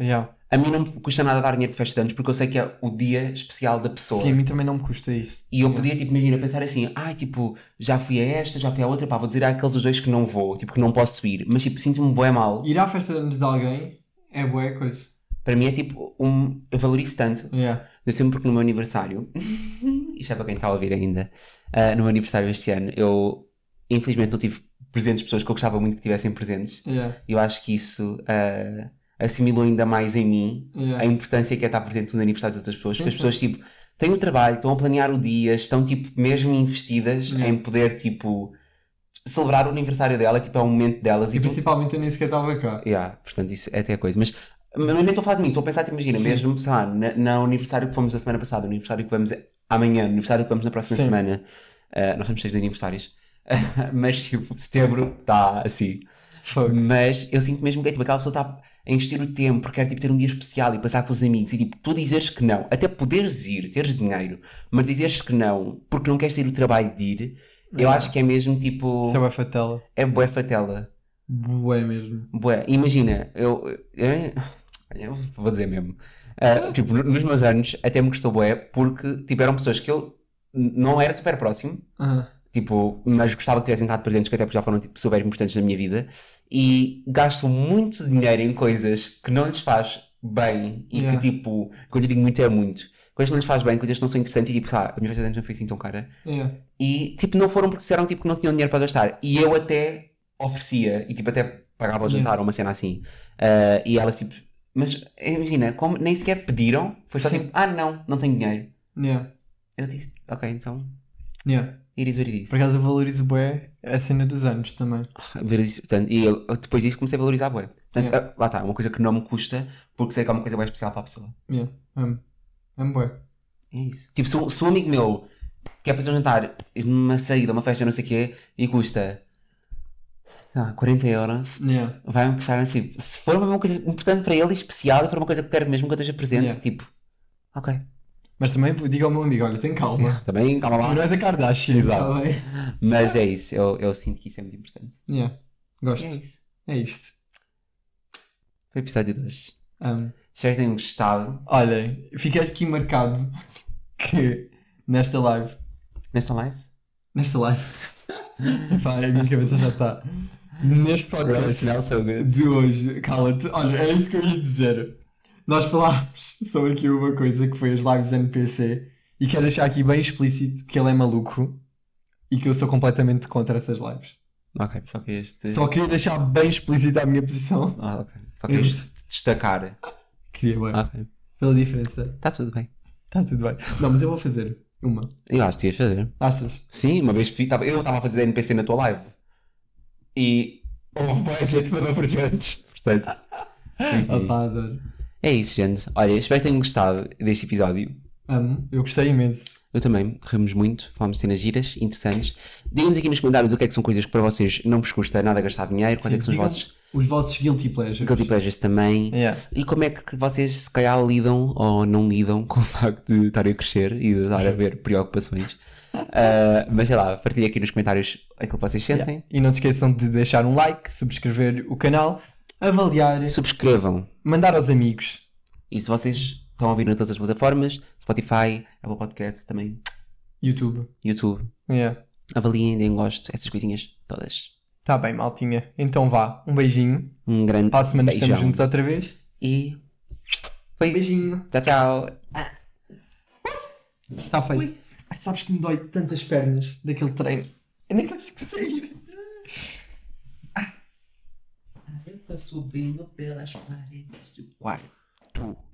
Yeah. A mim não me custa nada dar dinheiro de festa de anos porque eu sei que é o dia especial da pessoa. Sim, a mim também não me custa isso. E eu Yeah. podia, tipo, imagina, pensar assim, ai, tipo, já fui a esta, já fui a outra, pá, vou dizer àqueles dos dois que não vou, tipo, que não posso ir. Mas, tipo, sinto-me bué mal. Ir à festa de anos de alguém é boa coisa. Para mim é, tipo, um... Eu valorizo tanto. Yeah. Eu sempre porque no meu aniversário, isto é para quem está a ouvir ainda, ah, no meu aniversário este ano, eu, infelizmente, não tive presentes de pessoas que eu gostava muito que tivessem presentes. Yeah. Eu acho que isso ah, assimilou ainda mais em mim a Yeah. importância que é estar presente nos aniversários das outras pessoas. Sim, Porque as sim. pessoas, tipo, têm o trabalho, estão a planear o dia, estão, tipo, mesmo investidas Yeah. em poder, tipo, celebrar o aniversário dela, tipo, é o momento delas. E E, tu- principalmente eu nem sequer estava cá. Yeah, portanto, isso é até a coisa. Mas, mas nem estou a falar de mim, estou a pensar, tipo, imagina, Sim. mesmo, sei lá, na- no aniversário que fomos da semana passada, no aniversário que vamos amanhã, no aniversário que vamos na próxima Sim. semana. ah, nós temos seis aniversários. mas, tipo, setembro está assim. Fogo. Mas eu sinto mesmo que é, tipo, aquela pessoa está a investir o tempo, porque quer tipo, ter um dia especial e passar com os amigos e tipo, tu dizeres que não, até poderes ir, teres dinheiro, mas dizeres que não, porque não queres ter o trabalho de ir, eu acho que é mesmo tipo. Isso é fatela. É bué fatela. Bué mesmo. Bué. Imagina, eu. eu- eu vou dizer mesmo. Ah, tipo, no- nos meus anos até me gostou bué, porque tiveram pessoas que eu n- não era super próximo, Ah. Tipo, mas gostava que tivessem estado presentes, que até porque já foram tipo, super importantes na minha vida. E gasto muito dinheiro em coisas que não lhes faz bem e Yeah. que, tipo, quando eu digo muito é muito. Coisas que não lhes faz bem, coisas que não são interessantes e, tipo, sei lá, a minha festa de anos não foi assim tão cara. Yeah. E, tipo, não foram porque disseram tipo, que não tinham dinheiro para gastar. E eu até oferecia e, tipo, até pagava o Yeah. jantar ou uma cena assim. Ah, e elas, tipo, mas imagina, como nem sequer pediram, foi só Sim. tipo, ah, não, não tenho dinheiro. Yeah. Eu disse, ok, então, Yeah. it is what it is. Por acaso eu valorizo bué a cena dos anos também. ver isso, portanto, e eu, eu depois disso comecei a valorizar bué. Portanto, Yeah. ah, lá está, é uma coisa que não me custa, porque sei que é uma coisa bem especial para a pessoa. Yeah, amo. Amo bué. É isso. Tipo, se, um- se um amigo meu quer fazer um jantar, uma saída, uma festa, não sei o quê, e custa sei lá, 40 euros, Yeah. vai-me custar assim. Se for uma coisa importante para ele, especial, e for uma coisa que quero mesmo que eu esteja presente, Yeah. tipo, ok. Mas também vou- diga ao meu amigo, olha, tem calma. Também, calma lá. Não és a Kardashian, Exato. tá bem? Mas é isso, eu, eu sinto que isso é muito importante. Yeah. E Gosto. é isso. É isto. Foi o episódio 2. Amo. Espero que tenham gostado Olha, ficaste aqui marcado que nesta live. nesta live. Nesta live. Epá, a minha cabeça já está. Neste podcast so good. de hoje, cala-te. Olha, era isso que eu ia dizer. Nós falámos sobre aqui uma coisa que foi as lives NPC e quero deixar aqui bem explícito que ele é maluco e que eu sou completamente contra essas lives. Ok, só que este. Só queria deixar bem explícita a minha posição. Ah, ok. Só que este destacar. Queria, bem. Ah, Ok. Pela diferença. Está tudo bem. Está tudo bem. Não, mas eu vou fazer uma. Eu acho que ias fazer. Achas? Sim, uma vez vi, tava- eu estava a fazer NPC na tua live. E houve bem gente para dar presentes. Portanto. enfim. Opa, adoro. É isso, gente. Olha, espero que tenham gostado deste episódio. Amo. Eu gostei imenso. Eu também, rimos muito, falámos de cenas giras, interessantes. Digam-nos aqui nos comentários o que é que são coisas que para vocês não vos custa nada gastar dinheiro, quais Sim, é que são os digam- vossos Os vossos guilty pleasures. guilty pleasures também. Yeah. E como é que vocês se calhar lidam ou não lidam com o facto de estarem a crescer e de estar a haver preocupações. Ah, mas sei lá, partilhem aqui nos comentários aquilo que vocês sentem. Yeah. E não se esqueçam de deixar um like, subscrever o canal, avaliar, Subscrevam. mandar aos amigos. E se vocês estão a ouvir em todas as plataformas, Spotify, Apple Podcast também, YouTube. YouTube, Yeah. avaliem, deem um gosto, essas coisinhas todas. Tá bem, maltinha. Então vá. Um beijinho. Um grande Para a semana beijão. estamos juntos outra vez. E foi isso. Tchau, tchau. Está Tá feito. Ai, sabes que me dói tantas pernas daquele treino. Eu nem consigo sair. Eu tô subindo pelas paredes do quarto.